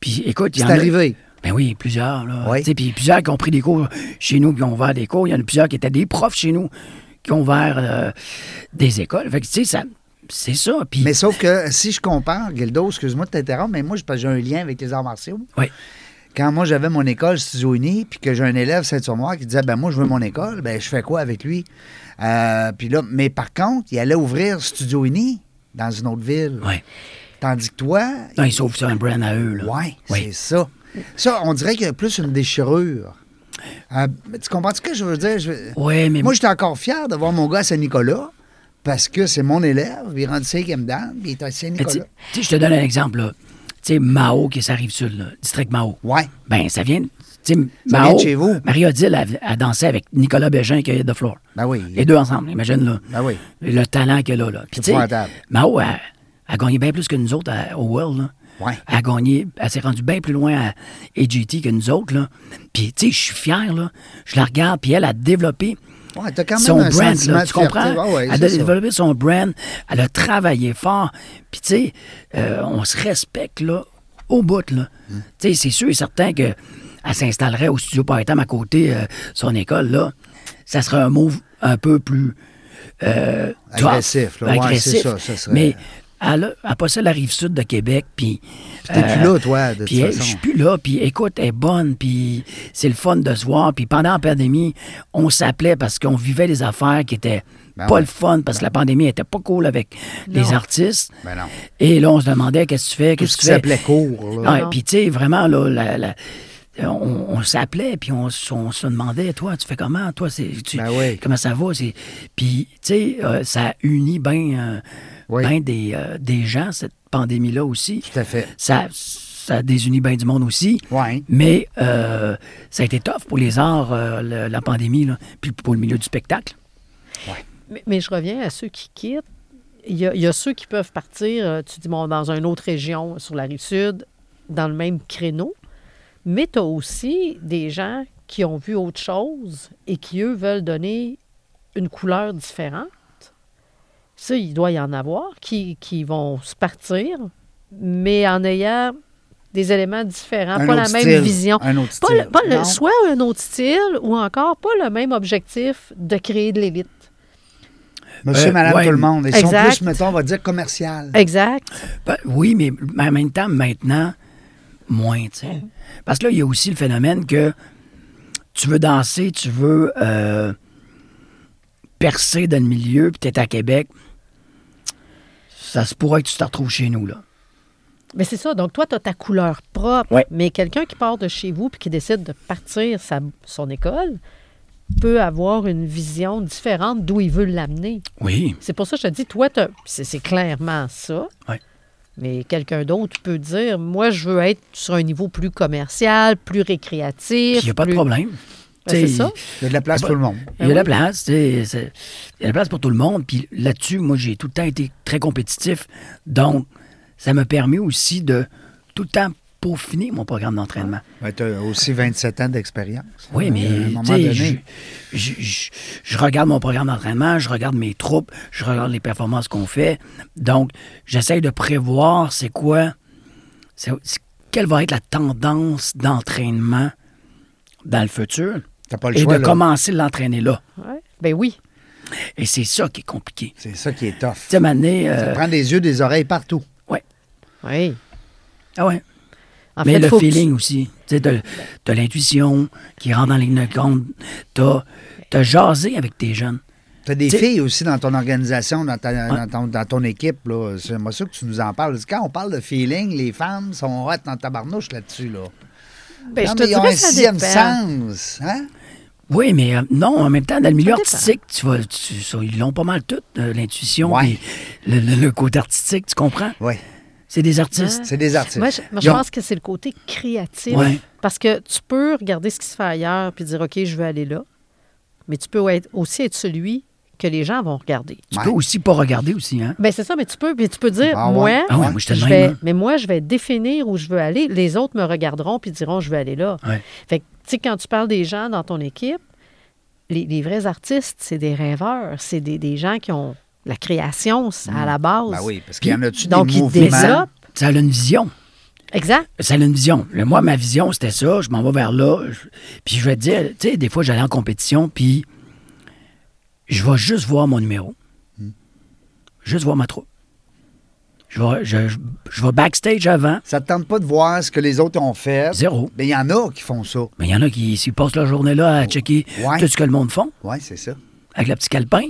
[SPEAKER 3] Puis écoute, il y
[SPEAKER 1] C'est
[SPEAKER 3] en a-
[SPEAKER 1] arrivé.
[SPEAKER 3] Ben oui, plusieurs. Là.
[SPEAKER 1] Oui.
[SPEAKER 3] Tu sais, Puis plusieurs qui ont pris des cours chez nous, qui ont ouvert des cours. Il y en a plusieurs qui étaient des profs chez nous, qui ont ouvert euh, des écoles. Fait que, tu sais, ça- c'est ça. Puis,
[SPEAKER 1] Mais sauf que si je compare, Guildo, excuse-moi de t'interrompre, mais moi, je- parce que j'ai un lien avec les arts martiaux.
[SPEAKER 3] Oui.
[SPEAKER 1] Quand moi, j'avais mon école Studio Uni, puis que j'ai un élève Saint-Surmoir qui disait, ben moi, je veux mon école, ben je fais quoi avec lui? Euh, puis là, mais par contre, il allait ouvrir Studio Uni dans une autre ville.
[SPEAKER 3] Ouais.
[SPEAKER 1] Tandis que toi,
[SPEAKER 3] Non, ils sauvent ça un brand à eux. Là.
[SPEAKER 1] ouais, c'est
[SPEAKER 3] Oui.
[SPEAKER 1] ça. Ça, on dirait qu'il y a plus une déchirure. Euh, tu comprends ce que je veux dire? Je veux-
[SPEAKER 3] Ouais, mais
[SPEAKER 1] moi, j'étais encore fier de voir mon gars à Saint-Nicolas parce que c'est mon élève, il rentre cinquième dan, puis il est à
[SPEAKER 3] Mais tu
[SPEAKER 1] Saint-Nicolas.
[SPEAKER 3] tu sais, je te donne un exemple. là. Tu sais, Mao, qui s'arrive sur le district Mao.
[SPEAKER 1] Ouais.
[SPEAKER 3] Ben, ça vient. Tu sais,
[SPEAKER 1] Ça
[SPEAKER 3] Mao,
[SPEAKER 1] vient de chez vous.
[SPEAKER 3] Marie Odile a, a dansé avec Nicolas Bégin qui est de Floor.
[SPEAKER 1] Ben oui.
[SPEAKER 3] Les deux ensemble, imagine là.
[SPEAKER 1] Ben oui.
[SPEAKER 3] Le talent qu'elle a là. Puis tu sais,
[SPEAKER 1] épouvantable.
[SPEAKER 3] Mao a, a gagné bien plus que nous autres à- au World. Là.
[SPEAKER 1] Ouais.
[SPEAKER 3] Elle a gagné, elle s'est rendue bien plus loin à AGT que nous autres. Là. Puis tu sais, je suis fier là. Je la regarde, puis elle a développé
[SPEAKER 1] Ouais, t'as quand même
[SPEAKER 3] son
[SPEAKER 1] un
[SPEAKER 3] brand,
[SPEAKER 1] sentiment
[SPEAKER 3] là,
[SPEAKER 1] de
[SPEAKER 3] tu
[SPEAKER 1] fierté.
[SPEAKER 3] comprends?
[SPEAKER 1] Ouais, ouais,
[SPEAKER 3] elle
[SPEAKER 1] c'est
[SPEAKER 3] a
[SPEAKER 1] ça.
[SPEAKER 3] développé son brand, elle a travaillé fort. Puis, tu sais, euh, on se respecte, là, au bout, là.
[SPEAKER 1] Hmm.
[SPEAKER 3] Tu sais, c'est sûr et certain que elle s'installerait au studio Python à côté euh, son école, là. Ça serait un move un peu plus... euh, tough,
[SPEAKER 1] Agressif, là. Ouais,
[SPEAKER 3] agressif.
[SPEAKER 1] c'est ça, ça serait-
[SPEAKER 3] Mais elle a, elle possède la rive sud de Québec, puis...
[SPEAKER 1] T'es plus là, toi, de
[SPEAKER 3] Euh, Puis
[SPEAKER 1] toute
[SPEAKER 3] elle- je suis
[SPEAKER 1] façon.
[SPEAKER 3] plus là, puis écoute, elle est bonne, puis c'est le fun de se voir. Puis pendant la pandémie, on s'appelait parce qu'on vivait des affaires qui étaient
[SPEAKER 1] Ben
[SPEAKER 3] pas
[SPEAKER 1] ouais.
[SPEAKER 3] le fun, parce que la pandémie était pas cool avec les artistes.
[SPEAKER 1] Ben non.
[SPEAKER 3] Et là, on se demandait qu'est-ce que tu fais,
[SPEAKER 1] Tout
[SPEAKER 3] qu'est-ce
[SPEAKER 1] ce
[SPEAKER 3] que
[SPEAKER 1] qui
[SPEAKER 3] tu fais.
[SPEAKER 1] s'appelait cours, là.
[SPEAKER 3] Ouais, puis tu sais, vraiment, là, la- la- on, on s'appelait, puis on, s- on se demandait, toi, tu fais comment, toi, c'est, tu-
[SPEAKER 1] Ben oui.
[SPEAKER 3] comment ça va. c'est- Puis, tu sais, euh, ça unit bien
[SPEAKER 1] Oui.
[SPEAKER 3] des, euh, des gens, cette pandémie-là aussi.
[SPEAKER 1] Tout à fait.
[SPEAKER 3] Ça, ça désunit bien du monde aussi.
[SPEAKER 1] Ouais.
[SPEAKER 3] Mais euh, ça a été tough pour les arts, euh, le- la pandémie, là, puis pour le milieu du spectacle.
[SPEAKER 2] Mais, mais je reviens à ceux qui quittent. Il y, a, il y a ceux qui peuvent partir, euh, tu dis, bon, dans une autre région, sur la rive sud, dans le même créneau. Mais tu as aussi des gens qui ont vu autre chose et qui, eux, veulent donner une couleur différente. Ça, il doit y en avoir qui, qui vont se partir, mais en ayant des éléments différents,
[SPEAKER 1] Un
[SPEAKER 2] pas la
[SPEAKER 1] autre
[SPEAKER 2] même
[SPEAKER 1] style,
[SPEAKER 2] vision.
[SPEAKER 1] un autre
[SPEAKER 2] Pas le-
[SPEAKER 1] style.
[SPEAKER 2] pas le-
[SPEAKER 1] Non.
[SPEAKER 2] soit un autre style ou encore pas le même objectif de créer de l'élite.
[SPEAKER 1] Monsieur,
[SPEAKER 3] Euh,
[SPEAKER 1] madame,
[SPEAKER 3] ouais.
[SPEAKER 1] tout le monde. Ils sont
[SPEAKER 2] Exact.
[SPEAKER 1] plus, mettons, on va dire commercial.
[SPEAKER 2] Exact.
[SPEAKER 3] Ben, oui, mais en même temps, maintenant, moins, tu sais. Parce que là, il y a aussi le phénomène que tu veux danser, tu veux euh, percer dans le milieu, puis t'es à Québec. Ça se pourrait que tu te retrouves chez nous, là.
[SPEAKER 2] Mais c'est ça. Donc, toi, tu as ta couleur propre.
[SPEAKER 3] Ouais.
[SPEAKER 2] Mais quelqu'un qui part de chez vous puis qui décide de partir sa, son école peut avoir une vision différente d'où il veut l'amener.
[SPEAKER 3] Oui.
[SPEAKER 2] C'est pour ça que je te dis, toi, t'as- c'est c'est clairement ça.
[SPEAKER 3] Ouais.
[SPEAKER 2] Mais quelqu'un d'autre peut dire, moi, je veux être sur un niveau plus commercial, plus récréatif.
[SPEAKER 3] Puis il n'y a pas de
[SPEAKER 2] plus-
[SPEAKER 3] problème.
[SPEAKER 2] Ben, c'est
[SPEAKER 3] Tu sais,
[SPEAKER 2] ça.
[SPEAKER 1] Il y a de la place
[SPEAKER 3] Ah,
[SPEAKER 1] pour tout le monde.
[SPEAKER 3] Il y a de
[SPEAKER 2] Ben
[SPEAKER 3] la
[SPEAKER 2] oui.
[SPEAKER 3] place, tu sais, c'est- il y a de la place pour tout le monde. Puis là-dessus, moi, j'ai tout le temps été très compétitif. Donc, ça m'a permis aussi de tout le temps peaufiner mon programme d'entraînement.
[SPEAKER 1] Ben, tu as aussi 27 ans d'expérience.
[SPEAKER 3] Oui, mais
[SPEAKER 1] Ah, À un moment
[SPEAKER 3] tu sais,
[SPEAKER 1] donné.
[SPEAKER 3] je, je- je- je regarde mon programme d'entraînement, je regarde mes troupes, je regarde les performances qu'on fait. Donc, j'essaye de prévoir c'est quoi, c'est- c'est- quelle va être la tendance d'entraînement dans le futur
[SPEAKER 1] T'as pas le
[SPEAKER 3] et
[SPEAKER 1] choix,
[SPEAKER 3] de
[SPEAKER 1] là.
[SPEAKER 3] commencer de l'entraîner là.
[SPEAKER 2] Ouais. Ben oui.
[SPEAKER 3] Et c'est ça qui est compliqué.
[SPEAKER 1] C'est ça qui est tough.
[SPEAKER 3] Tu sais, à un moment donné, euh,
[SPEAKER 1] Prends des yeux, des oreilles partout.
[SPEAKER 3] ouais.
[SPEAKER 2] Oui.
[SPEAKER 3] Ah ouais.
[SPEAKER 2] En
[SPEAKER 3] Mais
[SPEAKER 2] fait,
[SPEAKER 3] le
[SPEAKER 2] faut que tu-
[SPEAKER 3] feeling aussi. Tu sais, t'as, t'as l'intuition qui rentre dans les de compte. T'as, t'as jasé avec tes jeunes.
[SPEAKER 1] Tu as des
[SPEAKER 3] T'sais-
[SPEAKER 1] filles aussi dans ton organisation, dans, ta- dans ton, dans ton équipe. là. C'est moi sûr que tu nous en parles. Quand on parle de feeling, les femmes sont hot dans ta barnouche là-dessus. Là.
[SPEAKER 2] Ben,
[SPEAKER 1] Non,
[SPEAKER 2] je te
[SPEAKER 1] mais ils ont
[SPEAKER 2] dirais
[SPEAKER 1] un
[SPEAKER 2] que ça
[SPEAKER 1] sixième
[SPEAKER 2] dépend.
[SPEAKER 1] sens. Hein?
[SPEAKER 3] Oui, mais euh, non, en même temps, dans le milieu
[SPEAKER 2] Ça dépend.
[SPEAKER 3] artistique, tu vas, tu- ça, ils l'ont pas mal tout, euh, l'intuition,
[SPEAKER 1] Ouais.
[SPEAKER 3] puis le, le- le côté artistique, tu comprends?
[SPEAKER 1] Oui,
[SPEAKER 3] C'est des artistes.
[SPEAKER 1] c'est des artistes. Ben
[SPEAKER 2] Moi, je, moi, je
[SPEAKER 1] Ils ont-
[SPEAKER 2] pense que c'est le côté créatif.
[SPEAKER 3] Ouais.
[SPEAKER 2] Parce que tu peux regarder ce qui se fait ailleurs puis dire, OK, je veux aller là. Mais tu peux être- aussi être celui que les gens vont regarder.
[SPEAKER 3] Tu
[SPEAKER 1] Ouais.
[SPEAKER 3] peux aussi pas regarder aussi, hein?
[SPEAKER 2] Ben c'est ça, mais tu peux, puis tu peux dire,
[SPEAKER 1] Ah ouais.
[SPEAKER 2] moi,
[SPEAKER 3] Ah ouais, moi, j'étais le
[SPEAKER 2] je
[SPEAKER 3] même,
[SPEAKER 2] vais,
[SPEAKER 3] hein.
[SPEAKER 2] mais moi, je vais définir où je veux aller. Les autres me regarderont puis diront, je veux aller là.
[SPEAKER 3] Ouais.
[SPEAKER 2] Fait que, tu sais, quand tu parles des gens dans ton équipe, les, les vrais artistes, c'est des rêveurs, c'est des, des gens qui ont la création c'est
[SPEAKER 3] Mm.
[SPEAKER 2] à la base.
[SPEAKER 1] Ben oui, parce qu'il y en a-tu des
[SPEAKER 2] Donc, ils
[SPEAKER 3] Mais
[SPEAKER 2] Vraiment?
[SPEAKER 1] mouvements?
[SPEAKER 3] ça, ça a une vision.
[SPEAKER 2] Exact.
[SPEAKER 3] Ça a une vision. Le- moi, ma vision, c'était ça. Je m'en vais vers là. je- puis je vais te dire, tu sais, des fois, j'allais en compétition, puis je vais juste voir mon numéro. Juste voir ma troupe. Je vais, je, je- je vais backstage avant,
[SPEAKER 1] Ça te tente pas de voir ce que les autres ont fait.
[SPEAKER 3] zéro.
[SPEAKER 1] Mais il y en a qui font ça.
[SPEAKER 3] Mais il y en a qui s'ils passent leur journée là à checker
[SPEAKER 1] Ouais.
[SPEAKER 3] tout ce que le monde font,
[SPEAKER 1] Oui, c'est ça.
[SPEAKER 3] avec le petit calepin.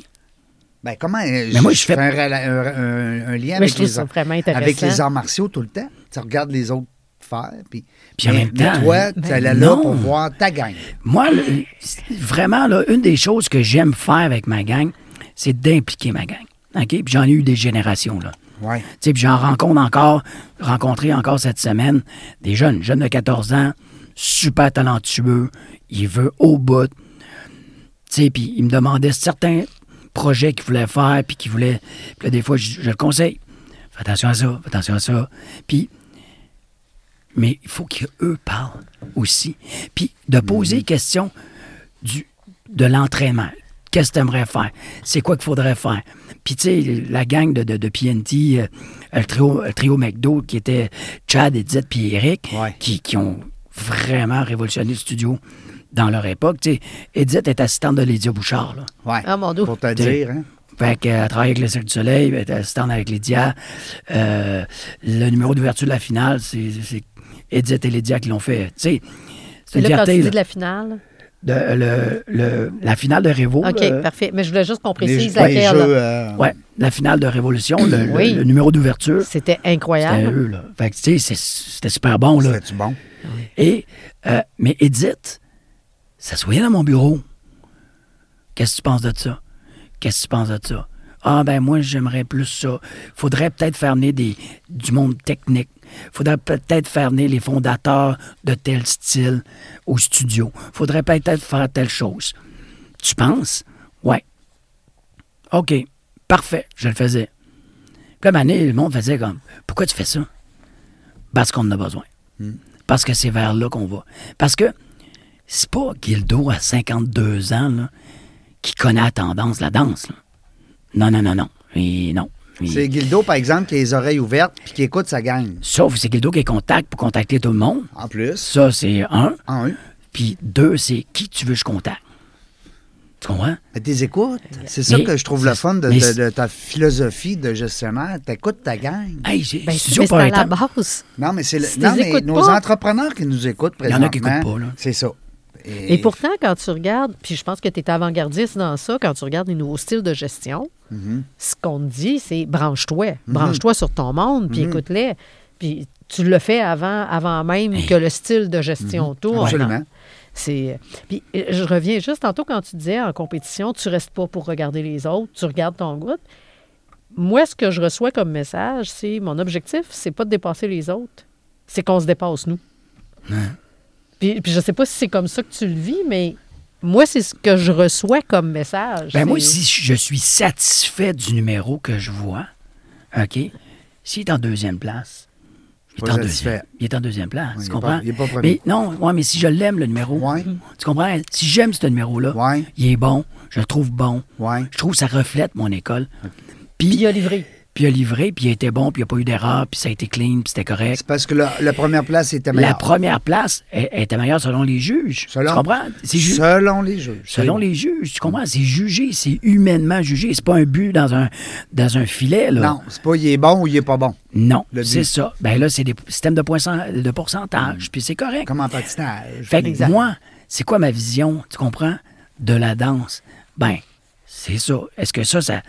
[SPEAKER 1] Ben, comment. Mais
[SPEAKER 3] moi, je fais-
[SPEAKER 1] un, rela- un- un- un lien
[SPEAKER 2] Mais
[SPEAKER 1] avec
[SPEAKER 2] je trouve
[SPEAKER 1] les,
[SPEAKER 2] ça
[SPEAKER 1] arts-
[SPEAKER 2] vraiment intéressant.
[SPEAKER 1] avec les arts martiaux tout le temps. Tu regardes les autres faire. Puis,
[SPEAKER 3] Puis en
[SPEAKER 1] mais,
[SPEAKER 3] même
[SPEAKER 1] mais
[SPEAKER 3] temps,
[SPEAKER 1] toi,
[SPEAKER 3] ben
[SPEAKER 1] tu allais là
[SPEAKER 3] non.
[SPEAKER 1] pour voir ta gang.
[SPEAKER 3] Moi, le- c'est- vraiment, là, une des choses que j'aime faire avec ma gang, c'est d'impliquer ma gang. OK? Puis j'en ai eu des générations, là.
[SPEAKER 1] Oui.
[SPEAKER 3] Tu sais, puis j'en rencontre encore, rencontré encore cette semaine des jeunes, jeunes de 14 ans, super talentueux, il veut au bout. Tu sais, puis il me demandait certains projets qu'il voulait faire, puis qu'il voulait. Puis là, des fois, je, je le conseille. Fais attention à ça, fais attention à ça. Puis. Mais il faut qu'eux parlent aussi. Puis de poser question du, de l'entraînement. Qu'est-ce que tu aimerais faire? C'est quoi qu'il faudrait faire? Puis, tu sais, la gang de, de, de PNT, euh, le, trio, le trio McDo qui était Chad, Edith puis Eric,
[SPEAKER 1] Ouais.
[SPEAKER 3] qui, qui ont vraiment révolutionné le studio dans leur époque. Tu sais, Edith est assistante de Lydia Bouchard. Là.
[SPEAKER 1] Ouais.
[SPEAKER 2] Ah, mon Dieu.
[SPEAKER 1] Pour te dire, hein?
[SPEAKER 3] Fait qu'elle travaille avec le Cirque du Soleil, elle est assistante avec Lydia. Euh, le numéro d'ouverture de la finale, c'est c'est Edith et Lydia qui l'ont fait. Tu sais, c'est
[SPEAKER 2] Et
[SPEAKER 3] une
[SPEAKER 2] là, quand tu
[SPEAKER 3] fierté.
[SPEAKER 2] dis
[SPEAKER 3] là.
[SPEAKER 2] de la finale.
[SPEAKER 3] De- le- le- la finale de Révo.
[SPEAKER 2] OK,
[SPEAKER 3] là,
[SPEAKER 2] parfait. Mais je voulais juste qu'on
[SPEAKER 1] euh. Les,
[SPEAKER 2] précise
[SPEAKER 1] les
[SPEAKER 2] laquelle.
[SPEAKER 1] jeux.
[SPEAKER 2] là.
[SPEAKER 1] euh,
[SPEAKER 3] ouais, la finale de Révolution, le, le-
[SPEAKER 2] Oui.
[SPEAKER 3] le numéro d'ouverture.
[SPEAKER 2] C'était
[SPEAKER 3] C'était
[SPEAKER 2] incroyable. Ben,
[SPEAKER 3] eux, là. Fait que, tu sais, c'est- c'était super bon, là.
[SPEAKER 1] C'était-tu bon?
[SPEAKER 3] Et, euh, mais Edith, ça se voyait dans mon bureau. Qu'est-ce que tu penses de ça? Qu'est-ce que tu penses de ça? Ah, ben moi, j'aimerais plus ça. Faudrait peut-être faire venir des, du monde technique. Faudrait peut-être faire venir les fondateurs de tel style au studio. Faudrait peut-être faire telle chose. Tu penses? Ouais. OK. Parfait. Je le faisais. Puis là, année, le monde faisait comme Pourquoi tu fais ça? Parce qu'on en a besoin parce que c'est vers là qu'on va. Parce que c'est pas Guildo à 52 ans là, qui connaît la tendance, la danse. là. Non, non, non, non. Et non. Et-
[SPEAKER 1] C'est Guildo, par exemple, qui a les oreilles ouvertes puis qui écoute sa gang.
[SPEAKER 3] Sauf c'est Guildo qui est contact pour contacter tout le monde.
[SPEAKER 1] En plus,
[SPEAKER 3] Ça, c'est un.
[SPEAKER 1] en un.
[SPEAKER 3] Puis deux, c'est qui tu veux que je contacte. Tu comprends?
[SPEAKER 1] Mais t'es écoutes. C'est ça
[SPEAKER 3] Euh, Mais-
[SPEAKER 1] que je trouve le fun de,
[SPEAKER 3] mais-
[SPEAKER 1] de- de ta philosophie de gestionnaire. T'écoutes ta gang.
[SPEAKER 3] Hey, j'ai
[SPEAKER 2] Ben,
[SPEAKER 3] studio
[SPEAKER 2] mais c'est à la
[SPEAKER 3] Parental.
[SPEAKER 2] base.
[SPEAKER 1] Non, mais c'est le-
[SPEAKER 2] Si tu
[SPEAKER 1] non,
[SPEAKER 2] les
[SPEAKER 1] mais
[SPEAKER 2] écoutes
[SPEAKER 1] nos
[SPEAKER 2] pas-
[SPEAKER 1] entrepreneurs qui nous écoutent
[SPEAKER 3] y
[SPEAKER 1] présentement.
[SPEAKER 3] en a qui écoutent pas, là.
[SPEAKER 1] C'est ça.
[SPEAKER 2] Et pourtant, quand tu regardes, puis je pense que tu es avant-gardiste dans ça, quand tu regardes les nouveaux styles de gestion,
[SPEAKER 1] Mm-hmm.
[SPEAKER 2] ce qu'on te dit, c'est branche-toi. Branche-toi sur ton monde,
[SPEAKER 1] Mm-hmm.
[SPEAKER 2] puis écoute-les. Puis tu le fais avant, avant même que le style de gestion tourne.
[SPEAKER 1] Mm-hmm. Absolument.
[SPEAKER 2] C'est. Puis euh, je reviens juste tantôt quand tu disais en compétition, tu restes pas pour regarder les autres, tu regardes ton groupe. Moi, ce que je reçois comme message, c'est mon objectif, c'est pas de dépasser les autres, c'est qu'on se dépasse nous. Puis, puis je sais pas si c'est comme ça que tu le vis, mais moi, c'est ce que je reçois comme message.
[SPEAKER 3] Ben moi,
[SPEAKER 2] C'est-
[SPEAKER 3] si je suis satisfait du numéro que je vois, OK, s'il est en deuxième place, il est
[SPEAKER 1] Pas
[SPEAKER 3] en
[SPEAKER 1] satisfait.
[SPEAKER 3] deuxième, il est en deuxième place,
[SPEAKER 1] Oui, il
[SPEAKER 3] tu
[SPEAKER 1] est
[SPEAKER 3] comprends?
[SPEAKER 1] pas- il est pas
[SPEAKER 3] mais
[SPEAKER 1] premier.
[SPEAKER 3] non, ouais, mais si je l'aime, le numéro,
[SPEAKER 1] Ouais.
[SPEAKER 3] tu comprends? Si j'aime ce numéro-là,
[SPEAKER 1] Ouais.
[SPEAKER 3] il est bon, je le trouve bon,
[SPEAKER 1] Ouais.
[SPEAKER 3] je trouve que ça reflète mon école.
[SPEAKER 2] Puis
[SPEAKER 3] Puis,
[SPEAKER 2] il a livré.
[SPEAKER 3] puis il a livré, puis il était bon, puis il n'y a pas eu d'erreur, puis ça a été clean, puis c'était correct.
[SPEAKER 1] C'est parce que la, la première place était
[SPEAKER 3] La
[SPEAKER 1] meilleure.
[SPEAKER 3] première place est- était meilleure selon les juges.
[SPEAKER 1] Selon-
[SPEAKER 3] Tu comprends? C'est ju-
[SPEAKER 1] Selon les juges.
[SPEAKER 3] Selon les juges, tu comprends? C'est jugé, c'est humainement jugé. C'est pas un but dans un, dans un filet, là.
[SPEAKER 1] Non, c'est pas il est bon ou il est pas bon.
[SPEAKER 3] Non,
[SPEAKER 1] Le but. Mm.
[SPEAKER 3] c'est ça. Ben là, c'est des systèmes de, poinçon- de pourcentage, puis c'est correct.
[SPEAKER 1] Comme en patinage.
[SPEAKER 3] Fait que
[SPEAKER 2] Exact.
[SPEAKER 3] moi, c'est quoi ma vision, tu comprends, de la danse? Ben, c'est ça. Est-ce que ça, ça,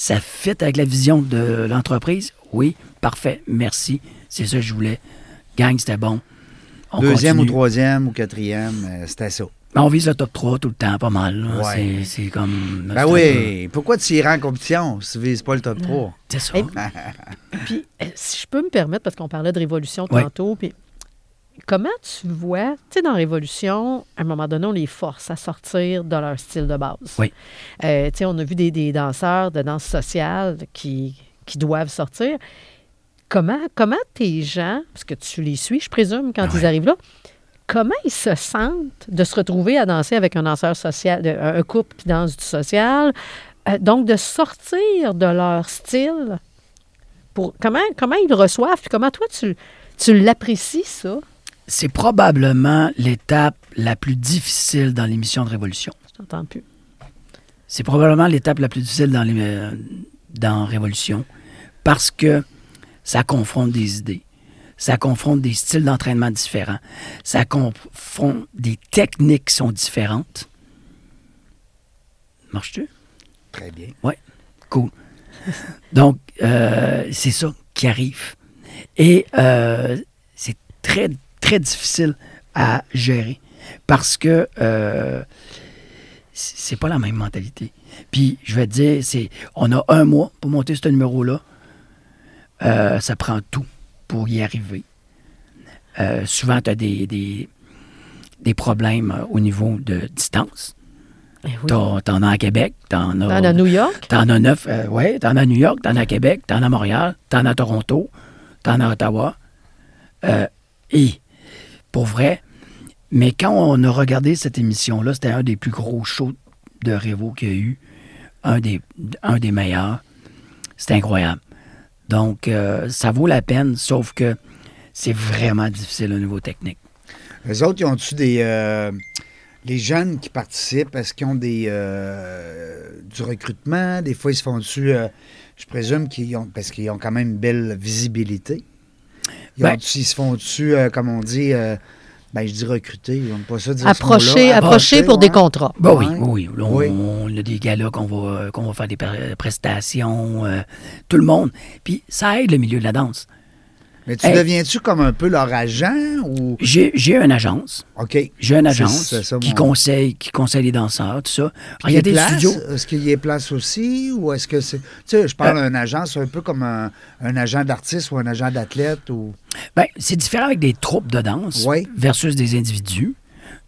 [SPEAKER 3] ça fit avec la vision de l'entreprise? Oui, parfait, merci. C'est ça que je voulais. Gang, c'était bon. On
[SPEAKER 1] Deuxième
[SPEAKER 3] continue.
[SPEAKER 1] ou troisième ou quatrième, euh, c'était ça.
[SPEAKER 3] Ben, on vise le top 3 tout le temps, pas mal. là.
[SPEAKER 1] Ouais.
[SPEAKER 3] C'est- C'est comme...
[SPEAKER 1] Ben oui, pourquoi tu iras en compétition si tu vises pas le top 3?
[SPEAKER 3] C'est ça.
[SPEAKER 2] Et- Puis, euh, si je peux me permettre, parce qu'on parlait de révolution
[SPEAKER 3] Ouais.
[SPEAKER 2] tantôt, puis comment tu vois, tu sais, dans Révolution, à un moment donné, on les force à sortir de leur style de base.
[SPEAKER 3] Oui.
[SPEAKER 2] Euh, tu sais, on a vu des, des danseurs de danse sociale qui, qui doivent sortir. Comment, comment tes gens, parce que tu les suis, je présume, quand ils
[SPEAKER 3] Ben Ouais.
[SPEAKER 2] arrivent là, comment ils se sentent de se retrouver à danser avec un danseur social, de- un un couple qui danse du social, Euh, donc de sortir de leur style pour comment, comment ils le reçoivent, puis comment toi tu, tu l'apprécies, ça.
[SPEAKER 3] C'est probablement l'étape la plus difficile dans l'émission de Révolution.
[SPEAKER 2] Je t'entends plus.
[SPEAKER 3] C'est probablement l'étape la plus difficile dans, les- euh, dans Révolution parce que ça confronte des idées, ça confronte des styles d'entraînement différents, ça confronte des techniques qui sont différentes. Marche-tu?
[SPEAKER 1] Très bien.
[SPEAKER 3] Oui. Cool. [laughs] Donc, euh, c'est ça qui arrive. Et euh, c'est très, très difficile à gérer parce que euh, c'est c'est pas la même mentalité. Puis, je vais te dire, c'est, on a un mois pour monter ce numéro-là. Euh, ça prend tout pour y arriver. Euh, souvent, tu as des, des, des problèmes euh, au niveau de distance.
[SPEAKER 2] Eh oui.
[SPEAKER 3] T'en t'en as à Québec, t'en as...
[SPEAKER 2] Dans la New York,
[SPEAKER 3] T'en as neuf, euh, ouais, t'en as à New York, t'en as à Québec, t'en as à Montréal, t'en as à Toronto, t'en as à Ottawa. Euh, et, pour vrai, mais quand on a regardé cette émission-là, c'était un des plus gros shows de Révo qu'il y a eu, un des, un des meilleurs. C'était incroyable. Donc, euh, ça vaut la peine, sauf que c'est vraiment difficile au niveau technique.
[SPEAKER 1] Les autres, ils ont-tu des. euh, les jeunes qui participent, est-ce qu'ils ont des, euh, du recrutement? Des fois, ils se font-tu. euh, je présume qu'ils ont. Parce qu'ils ont quand même une belle visibilité. Ils,
[SPEAKER 3] Ben-
[SPEAKER 1] ont-tu- ils se font-tu, euh, comme on dit. euh, ben, je dis recruter, ils n'aiment pas ça dire ce Ah,
[SPEAKER 2] approcher,
[SPEAKER 1] mot-là.
[SPEAKER 2] approcher pour des
[SPEAKER 1] ouais.
[SPEAKER 2] contrats.
[SPEAKER 3] Bah oui,
[SPEAKER 1] Ouais.
[SPEAKER 3] oui, oui. On,
[SPEAKER 1] Oui.
[SPEAKER 3] on a des gars-là qu'on va, qu'on va faire des pre- prestations, euh, tout le monde. Puis ça aide le milieu de la danse.
[SPEAKER 1] Mais tu
[SPEAKER 3] Hey.
[SPEAKER 1] deviens-tu comme un peu leur agent ou.
[SPEAKER 3] J'ai j'ai une agence.
[SPEAKER 1] OK.
[SPEAKER 3] J'ai une
[SPEAKER 1] C'est-
[SPEAKER 3] agence
[SPEAKER 1] c'est ça,
[SPEAKER 3] qui,
[SPEAKER 1] mon-
[SPEAKER 3] conseille, qui conseille les danseurs, tout ça.
[SPEAKER 1] Il
[SPEAKER 3] Ah, Il y a des
[SPEAKER 1] place?
[SPEAKER 3] studios.
[SPEAKER 1] Est-ce qu'il y a place aussi ou est-ce que c'est. Tu sais, je
[SPEAKER 3] Euh.
[SPEAKER 1] parle d'une agence un peu comme un, un agent d'artiste ou un agent d'athlète ou.
[SPEAKER 3] Ben, c'est différent avec des troupes de danse
[SPEAKER 1] Ouais.
[SPEAKER 3] versus des individus.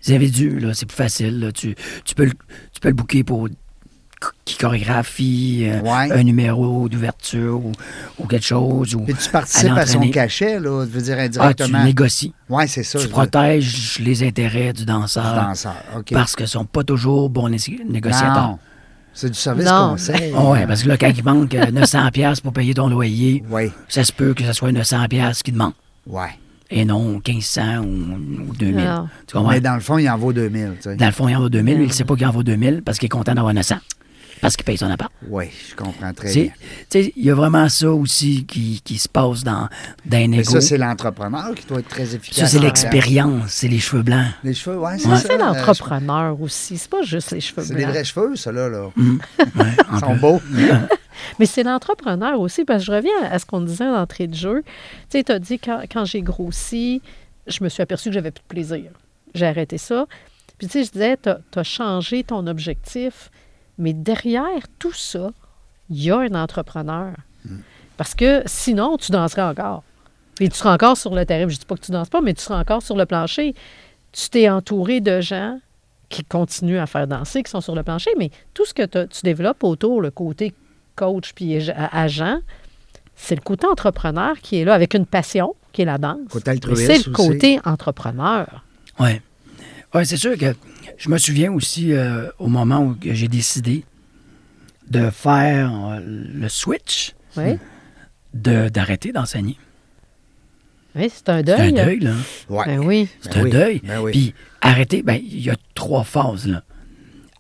[SPEAKER 3] Les individus, là, c'est plus facile. là. Tu, tu peux le, tu peux le booker pour qui chorégraphie, euh,
[SPEAKER 1] Ouais.
[SPEAKER 3] un numéro d'ouverture ou, ou quelque chose. Ou
[SPEAKER 1] Puis tu participes à, son
[SPEAKER 3] l'entraîner.
[SPEAKER 1] cachet, là, je veux dire
[SPEAKER 3] Ah, tu
[SPEAKER 1] indirectement.
[SPEAKER 3] négocies.
[SPEAKER 1] oui, c'est ça.
[SPEAKER 3] tu
[SPEAKER 1] je veux-
[SPEAKER 3] protèges les intérêts du danseur.
[SPEAKER 1] du danseur. OK.
[SPEAKER 3] Parce qu'ils ne sont pas toujours bons né- négociateurs.
[SPEAKER 1] Non. C'est du service
[SPEAKER 2] Non.
[SPEAKER 1] conseil.
[SPEAKER 3] Ah ouais, ben- parce que là, quand il manque euh, 900$ piastres pour payer ton loyer,
[SPEAKER 1] Oui,
[SPEAKER 3] ça se peut que ce soit 900$ piastres qu'il te manque.
[SPEAKER 1] oui.
[SPEAKER 3] Et non 1500 ou, ou 2000.
[SPEAKER 2] Non.
[SPEAKER 3] Tu comprends?
[SPEAKER 1] Mais
[SPEAKER 3] Dans...
[SPEAKER 1] dans le fond, il en vaut 2000, tu sais.
[SPEAKER 3] le fond, il en vaut 2000, mais il ne sait pas qu'il en vaut 2000 parce qu'il est content d'avoir 900. Parce qu'il paye son appart.
[SPEAKER 1] Oui, je comprends très
[SPEAKER 3] Tu
[SPEAKER 1] bien.
[SPEAKER 3] sais, il y a vraiment ça aussi qui, qui se passe dans, dans un
[SPEAKER 1] Mais
[SPEAKER 3] égo.
[SPEAKER 1] ça, c'est l'entrepreneur qui doit être très efficace.
[SPEAKER 3] Ça, c'est
[SPEAKER 1] là-dedans.
[SPEAKER 3] l'expérience, c'est les cheveux blancs.
[SPEAKER 1] Les cheveux, oui, c'est
[SPEAKER 2] Mais
[SPEAKER 1] ça.
[SPEAKER 2] C'est
[SPEAKER 1] euh,
[SPEAKER 2] l'entrepreneur aussi, c'est pas juste les
[SPEAKER 1] je-
[SPEAKER 2] cheveux
[SPEAKER 1] C'est des
[SPEAKER 2] blancs.
[SPEAKER 1] vrais cheveux, ça, là. là.
[SPEAKER 3] Mm.
[SPEAKER 1] [laughs]
[SPEAKER 3] Ouais, en
[SPEAKER 1] Ils sont
[SPEAKER 3] plus.
[SPEAKER 1] beaux.
[SPEAKER 2] Mais c'est l'entrepreneur aussi, parce que je reviens à ce qu'on disait en entrée de jeu. Tu sais, tu as dit, quand, quand j'ai grossi, je me suis aperçu que j'avais plus de plaisir. J'ai arrêté ça. Puis tu sais, je disais, tu as, changé ton objectif, mais derrière tout ça, il y a un entrepreneur. Parce que sinon, tu danserais encore. Et tu seras encore sur le terrain. Je dis pas que tu danses pas, mais tu seras encore sur le plancher. Tu t'es entouré de gens qui continuent à faire danser, qui sont sur le plancher, mais tout ce que t'as- tu développes autour, le côté coach puis ég- agent, c'est le côté entrepreneur qui est là avec une passion, qui est la danse.
[SPEAKER 1] Côté
[SPEAKER 2] Mais
[SPEAKER 1] altruiste
[SPEAKER 2] C'est
[SPEAKER 1] aussi.
[SPEAKER 2] le côté entrepreneur.
[SPEAKER 3] Oui. Ouais, c'est sûr que je me souviens aussi euh, au moment où que j'ai décidé de faire euh, le switch
[SPEAKER 2] Oui.
[SPEAKER 3] de- d'arrêter d'enseigner.
[SPEAKER 2] Oui, c'est un
[SPEAKER 3] C'est un
[SPEAKER 2] deuil. hein?
[SPEAKER 3] deuil, là.
[SPEAKER 1] Ouais.
[SPEAKER 2] Ben oui.
[SPEAKER 3] C'est
[SPEAKER 1] Ben
[SPEAKER 3] un
[SPEAKER 1] oui,
[SPEAKER 3] deuil.
[SPEAKER 1] ben oui.
[SPEAKER 3] Puis arrêter, ben, il y a trois phases, là.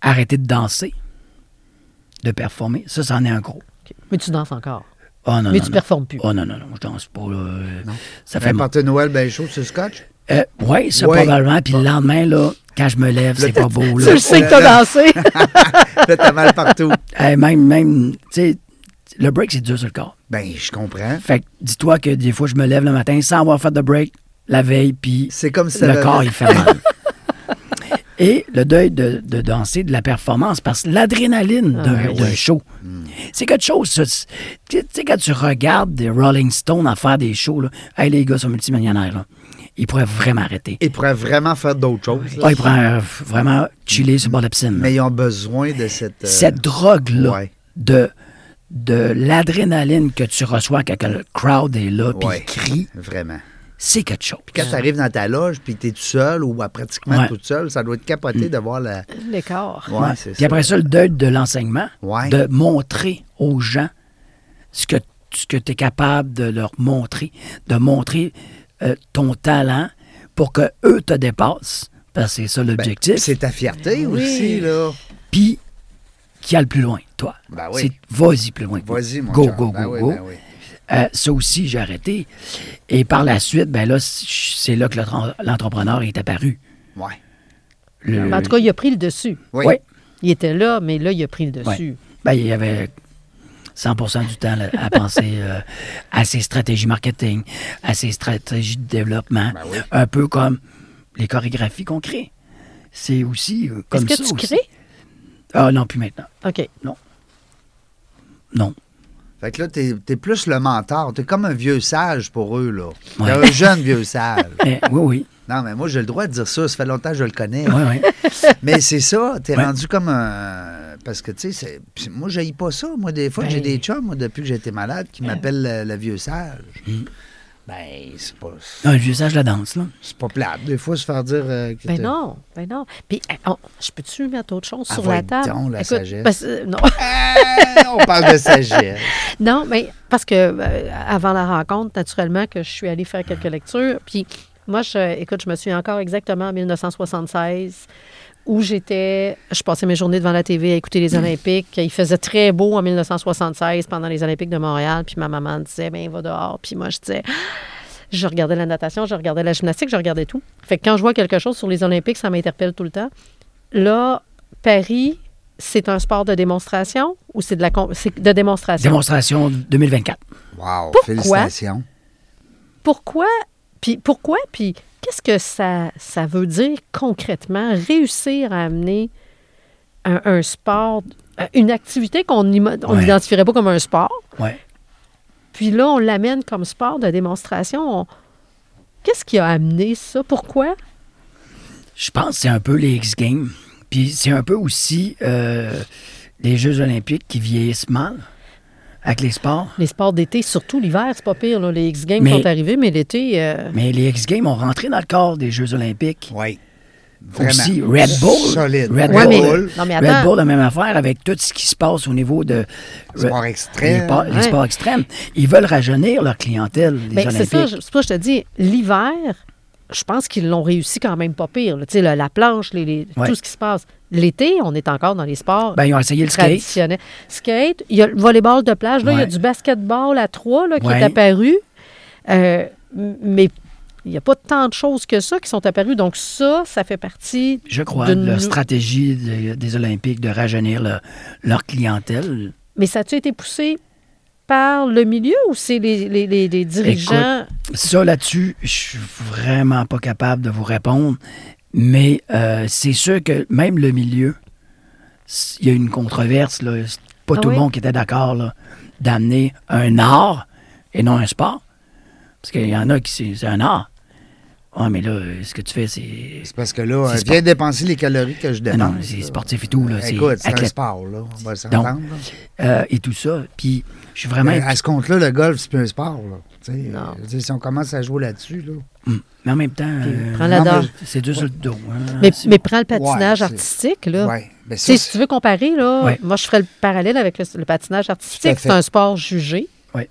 [SPEAKER 3] Arrêter de danser, de performer, ça, c'en est un gros.
[SPEAKER 2] OK. Mais tu danses encore.
[SPEAKER 3] Oh, non,
[SPEAKER 2] Mais tu
[SPEAKER 3] non, non.
[SPEAKER 2] performes plus.
[SPEAKER 3] Oh non, non, non, je danse pas, là. Ça fait
[SPEAKER 1] Fait
[SPEAKER 3] mal.
[SPEAKER 1] porter Noël, ben chaud, c'est scotch.
[SPEAKER 3] oui, ça,
[SPEAKER 1] Ouais.
[SPEAKER 3] probablement. Puis le lendemain, là, quand je me lève,
[SPEAKER 2] [laughs]
[SPEAKER 3] c'est pas beau,
[SPEAKER 2] Tu
[SPEAKER 3] là.
[SPEAKER 2] le sais que t'as
[SPEAKER 1] [laughs]
[SPEAKER 2] dansé.
[SPEAKER 1] Là, t'as mal partout.
[SPEAKER 3] Eh, même, même, tu sais, le break, c'est dur sur le corps.
[SPEAKER 1] Ben, je comprends.
[SPEAKER 3] Fait que dis-toi que des fois, je me lève le matin sans avoir fait de break la veille, puis
[SPEAKER 1] C'est comme si ça
[SPEAKER 3] le
[SPEAKER 1] l'avait-
[SPEAKER 3] corps, il fait
[SPEAKER 1] [laughs]
[SPEAKER 3] mal. Et le deuil de, de danser, de la performance, parce que
[SPEAKER 1] Ah,
[SPEAKER 3] l'adrénaline d'un
[SPEAKER 1] ben
[SPEAKER 2] ouais.
[SPEAKER 3] d'un show,
[SPEAKER 1] Hmm.
[SPEAKER 3] c'est quelque chose. ça. C'est- Tu sais, quand tu regardes des Rolling Stones à faire des shows, là, hey, les gars sont multimillionnaires, là. ils pourraient vraiment arrêter.
[SPEAKER 1] Ils pourraient vraiment faire d'autres choses. là.
[SPEAKER 3] Ah, ils pourraient euh, vraiment chiller sur le bord de la piscine. là.
[SPEAKER 1] Mais ils ont besoin de cette. euh,
[SPEAKER 3] cette drogue-là
[SPEAKER 1] ouais.
[SPEAKER 3] de, de l'adrénaline que tu reçois quand le crowd est là puis
[SPEAKER 1] Ouais.
[SPEAKER 3] il crie,
[SPEAKER 1] Vraiment.
[SPEAKER 3] c'est quelque chose.
[SPEAKER 1] Quand tu arrives dans ta loge, puis t'es tout seul ou à pratiquement
[SPEAKER 3] Ouais. Mm.
[SPEAKER 1] tout seul, ça doit être capoté de voir la. ben,
[SPEAKER 2] L'écart.
[SPEAKER 1] Ouais,
[SPEAKER 3] Ouais.
[SPEAKER 1] c'est
[SPEAKER 3] Puis
[SPEAKER 1] ça.
[SPEAKER 3] après ça, le deuil de l'enseignement,
[SPEAKER 1] Ouais.
[SPEAKER 3] de montrer aux gens ce que, ce que tu es capable de leur montrer, de montrer euh, ton talent pour que eux te dépassent, parce que c'est ça
[SPEAKER 1] Ben,
[SPEAKER 3] l'objectif,
[SPEAKER 1] C'est ta fierté
[SPEAKER 2] Oui.
[SPEAKER 1] aussi, là.
[SPEAKER 3] puis qui a le plus loin, toi.
[SPEAKER 1] Ben oui.
[SPEAKER 3] C'est Vas-y plus loin.
[SPEAKER 1] Vas-y, mon
[SPEAKER 3] Go,
[SPEAKER 1] chum.
[SPEAKER 3] go, go,
[SPEAKER 1] Ben oui,
[SPEAKER 3] go.
[SPEAKER 1] ben oui.
[SPEAKER 3] Euh, ça aussi, j'ai arrêté. Et par la suite, ben là, c- c'est là que le tran- l'entrepreneur est apparu.
[SPEAKER 1] Ouais. Ben
[SPEAKER 3] Le-
[SPEAKER 2] Mais En tout cas, il a pris le dessus.
[SPEAKER 1] Oui.
[SPEAKER 3] Ouais.
[SPEAKER 2] Il était là, mais là, il a pris le
[SPEAKER 3] Ouais.
[SPEAKER 2] dessus.
[SPEAKER 3] Ben, il y avait 100 du temps là, à
[SPEAKER 2] [laughs]
[SPEAKER 3] penser euh, à ses stratégies marketing, à ses stratégies de développement.
[SPEAKER 1] Ben oui.
[SPEAKER 3] Un peu comme les chorégraphies qu'on crée. C'est aussi euh,
[SPEAKER 2] Est-ce
[SPEAKER 3] comme
[SPEAKER 2] que
[SPEAKER 3] ça
[SPEAKER 2] tu
[SPEAKER 3] aussi.
[SPEAKER 2] crées?
[SPEAKER 3] Ah non, plus maintenant.
[SPEAKER 2] OK.
[SPEAKER 3] Non.
[SPEAKER 1] Fait que là, t'es es plus le mentor. T'es comme un vieux sage pour eux, là. T'es
[SPEAKER 3] Ouais.
[SPEAKER 1] un jeune vieux sage.
[SPEAKER 3] Eh, oui, oui.
[SPEAKER 1] non, mais moi, j'ai le droit de dire ça. Ça fait longtemps que je le connais.
[SPEAKER 2] [laughs]
[SPEAKER 3] Oui, oui. [laughs]
[SPEAKER 1] Mais c'est ça, t'es
[SPEAKER 3] Ouais.
[SPEAKER 1] rendu comme un. Parce que, tu sais, c'est- puis moi, je pas ça. Moi, des fois, j'ai
[SPEAKER 3] Ben.
[SPEAKER 1] des chums, moi, depuis que j'ai été malade, qui m'appellent le, le vieux sage.
[SPEAKER 3] Hum.
[SPEAKER 1] Ben, c'est pas,
[SPEAKER 3] Non, le vieux sage la danse, là.
[SPEAKER 1] c'est pas plate. Des fois, se faire dire. euh, que
[SPEAKER 2] Ben
[SPEAKER 1] t'es-
[SPEAKER 2] non, ben non. Puis, eh, on- je peux-tu mettre autre chose
[SPEAKER 1] Ah,
[SPEAKER 2] sur la
[SPEAKER 1] voyons
[SPEAKER 2] table?
[SPEAKER 1] donc, la sagesse.
[SPEAKER 2] parce- euh, non.
[SPEAKER 1] Eh, on
[SPEAKER 3] [laughs]
[SPEAKER 1] parle de sagesse.
[SPEAKER 2] Non, mais parce que euh, avant la rencontre, naturellement, que je suis allée faire quelques lectures. Puis moi, je, écoute, je me suis encore exactement en 1976 où j'étais, je passais mes journées devant la TV à écouter les Olympiques. Il faisait très beau en 1976 pendant les Olympiques de Montréal. Puis ma maman disait, ben va dehors. Puis moi, je disais, [gasps] je regardais la natation, je regardais la gymnastique, je regardais tout. Fait que quand je vois quelque chose sur les Olympiques, ça m'interpelle tout le temps. Là, Paris, c'est un sport de démonstration ou c'est de la com- c'est de démonstration?
[SPEAKER 3] Démonstration 2024.
[SPEAKER 1] Wow,
[SPEAKER 2] Pourquoi?
[SPEAKER 1] félicitations.
[SPEAKER 2] pourquoi, puis pourquoi, puis qu'est-ce que ça, ça veut dire concrètement, réussir à amener un, un sport, euh, une activité qu'on
[SPEAKER 3] Ouais.
[SPEAKER 2] n'identifierait pas comme un sport,
[SPEAKER 3] Ouais.
[SPEAKER 2] puis là, on l'amène comme sport de démonstration. On- Qu'est-ce qui a amené ça? Pourquoi?
[SPEAKER 3] Je pense que c'est un peu les X-Games. Puis c'est un peu aussi euh, les Jeux olympiques qui vieillissent mal avec les sports.
[SPEAKER 2] Les sports d'été, surtout l'hiver, c'est pas pire. là. Les X-Games
[SPEAKER 3] Mais-
[SPEAKER 2] sont arrivés, mais l'été, euh,
[SPEAKER 3] Mais les X-Games ont rentré dans le corps des Jeux olympiques.
[SPEAKER 1] Oui. Vraiment.
[SPEAKER 3] Aussi, Red Bull.
[SPEAKER 1] Solide.
[SPEAKER 3] Red
[SPEAKER 2] Ouais, mais-
[SPEAKER 3] Bull.
[SPEAKER 2] non, mais
[SPEAKER 3] Red
[SPEAKER 2] attends.
[SPEAKER 3] Bull, la même affaire avec tout ce qui se passe au niveau de.
[SPEAKER 1] Sport extrême.
[SPEAKER 3] Les, pa- les
[SPEAKER 2] Ouais.
[SPEAKER 3] sports extrêmes. Ils veulent rajeunir leur clientèle, les
[SPEAKER 2] Ben, c'est
[SPEAKER 3] Olympiques.
[SPEAKER 2] ça, je- c'est pour ça que je te dis, l'hiver, je pense qu'ils l'ont réussi quand même pas pire. là. Tu sais, le- la planche, les, les-
[SPEAKER 3] Ouais.
[SPEAKER 2] tout ce qui se passe. L'été, on est encore dans les sports
[SPEAKER 3] Ben, ils ont essayé le skate.
[SPEAKER 2] traditionnels. Skate, il y a le volleyball de plage, là, il y
[SPEAKER 3] Ouais.
[SPEAKER 2] a du basketball à trois là, qui
[SPEAKER 3] Ouais.
[SPEAKER 2] est apparu. Euh, m- mais il n'y a pas tant de choses que ça qui sont apparues. Donc ça, ça fait partie
[SPEAKER 3] Je crois,
[SPEAKER 2] de
[SPEAKER 3] de leur
[SPEAKER 2] nous-
[SPEAKER 3] stratégie des- des Olympiques de rajeunir leur- leur clientèle.
[SPEAKER 2] Mais ça a-tu été poussé par le milieu ou c'est les, les- les- les dirigeants?
[SPEAKER 3] Ça, là-dessus, je suis vraiment pas capable de vous répondre, mais euh, c'est sûr que même le milieu, s- il y a une controverse. Là. C'est Pas
[SPEAKER 2] Ah
[SPEAKER 3] tout
[SPEAKER 2] oui?
[SPEAKER 3] le monde qui était d'accord là, d'amener un art et non un sport. Parce qu'il y en a qui c'est, c'est un art. Ouais, mais là, euh, ce que tu fais, c'est.
[SPEAKER 1] C'est parce que là,
[SPEAKER 3] C'est
[SPEAKER 1] euh,
[SPEAKER 3] sport.
[SPEAKER 1] viens dépenser les calories que je
[SPEAKER 3] Ah
[SPEAKER 1] demande.
[SPEAKER 3] non, c'est sportif et tout. Là, c'est
[SPEAKER 1] Écoute, c'est un
[SPEAKER 3] athlète.
[SPEAKER 1] sport, là. On va
[SPEAKER 3] Donc,
[SPEAKER 1] s'entendre. là.
[SPEAKER 3] Euh, et tout ça. Puis, je suis vraiment.
[SPEAKER 1] Mais Ben, à ce compte-là, le golf, c'est plus un sport, là. Tu sais,
[SPEAKER 2] Non.
[SPEAKER 1] je veux dire, si on commence à jouer là-dessus, là.
[SPEAKER 3] Mais en même temps, euh,
[SPEAKER 2] prends la
[SPEAKER 1] non, mais
[SPEAKER 2] dent.
[SPEAKER 1] je-
[SPEAKER 3] c'est deux sur le dos. hein.
[SPEAKER 2] Mais,
[SPEAKER 3] C'est-
[SPEAKER 2] mais prends le patinage
[SPEAKER 1] Ouais, c'est-
[SPEAKER 2] artistique, là.
[SPEAKER 1] Ouais. Ben,
[SPEAKER 2] Tu sais,
[SPEAKER 1] ça,
[SPEAKER 2] si tu veux comparer, là,
[SPEAKER 3] Ouais.
[SPEAKER 2] moi, je ferais le parallèle avec le, le patinage
[SPEAKER 1] Tout à
[SPEAKER 2] artistique.
[SPEAKER 1] fait.
[SPEAKER 2] C'est un sport jugé.
[SPEAKER 3] Ouais.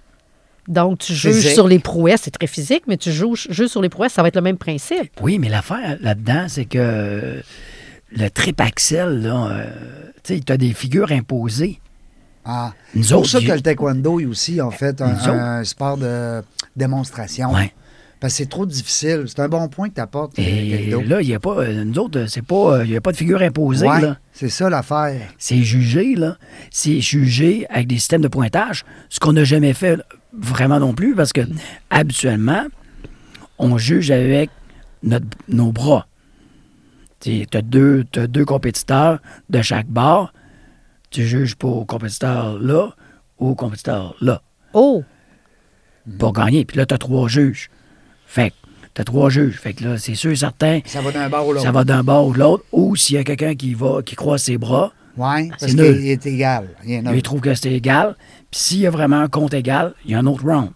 [SPEAKER 2] Donc, tu juges
[SPEAKER 4] Physique.
[SPEAKER 2] sur les prouesses, c'est très physique, mais tu juges, juges sur les prouesses, ça va être le même principe.
[SPEAKER 3] Oui, mais l'affaire là-dedans, c'est que euh, le trip axel, là, euh, tu sais, t'as des figures imposées.
[SPEAKER 1] Ah.
[SPEAKER 3] Nous
[SPEAKER 1] C'est pour
[SPEAKER 3] autres,
[SPEAKER 1] ça
[SPEAKER 3] j'ai-
[SPEAKER 1] que le taekwondo, ils aussi, en fait, un,
[SPEAKER 3] Nous autres.
[SPEAKER 1] un sport de démonstration.
[SPEAKER 3] Ouais.
[SPEAKER 1] Parce que c'est trop difficile. C'est un bon point que tu apportes, le
[SPEAKER 3] Et
[SPEAKER 1] taekwondo.
[SPEAKER 3] là, il n'y a pas. euh, Nous autres, c'est pas. euh, Il n'y a pas de figure imposée,
[SPEAKER 1] Ouais,
[SPEAKER 3] là.
[SPEAKER 1] c'est ça l'affaire.
[SPEAKER 3] C'est jugé, là. C'est jugé avec des systèmes de pointage, ce qu'on n'a jamais fait là, vraiment non plus, parce que habituellement, on juge avec notre- nos bras. Tu as deux, t'as deux compétiteurs de chaque bord. Tu juges pour compétiteur là ou compétiteur là
[SPEAKER 2] Oh,
[SPEAKER 3] pour gagner. Puis là, tu as trois juges. Fait que tu as trois juges. Fait que là, c'est sûr et certain,
[SPEAKER 1] Ça va d'un bord ou l'autre.
[SPEAKER 3] ça va d'un bord ou de l'autre. Ou s'il y a quelqu'un qui va, qui croise ses bras,
[SPEAKER 1] Oui, parce
[SPEAKER 3] C'est nul.
[SPEAKER 1] qu'il est égal. Il est
[SPEAKER 3] Lui,
[SPEAKER 1] neutre.
[SPEAKER 3] il trouve que c'est égal. Puis s'il y a vraiment un compte égal, il y a un autre round.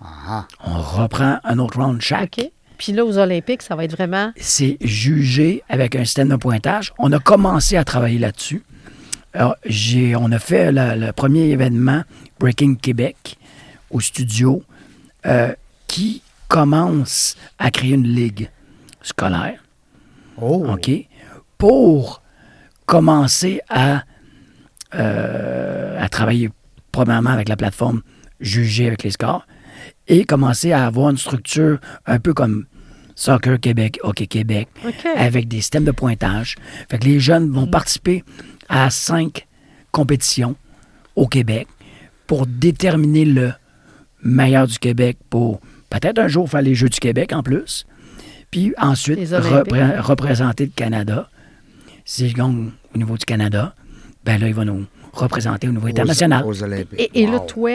[SPEAKER 1] Ah,
[SPEAKER 3] On reprend un autre round chaque.
[SPEAKER 2] OK. Puis là, aux Olympiques, ça va être vraiment.
[SPEAKER 3] C'est jugé avec un système de pointage. On a commencé à travailler là-dessus. Alors, j'ai- on a fait le, le premier événement, Breaking Québec, au studio, euh, qui commence à créer une ligue scolaire.
[SPEAKER 1] Oh,
[SPEAKER 3] OK? Pour commencer à, euh, à travailler premièrement avec la plateforme, juger avec les scores, et commencer à avoir une structure un peu comme Soccer Québec, Hockey Québec,
[SPEAKER 2] OK.
[SPEAKER 3] avec des systèmes de pointage. Fait que les jeunes vont participer à cinq compétitions au Québec pour déterminer le meilleur du Québec pour peut-être un jour faire les Jeux du Québec en plus, puis ensuite
[SPEAKER 2] Les Olympiques.
[SPEAKER 3] repré- représenter le Canada. Si je gagne au niveau du Canada, ben là, il va nous représenter au niveau international.
[SPEAKER 1] Aux, aux Olympiques.
[SPEAKER 2] Et, et là,
[SPEAKER 1] Eh ben, Wow.
[SPEAKER 2] toi,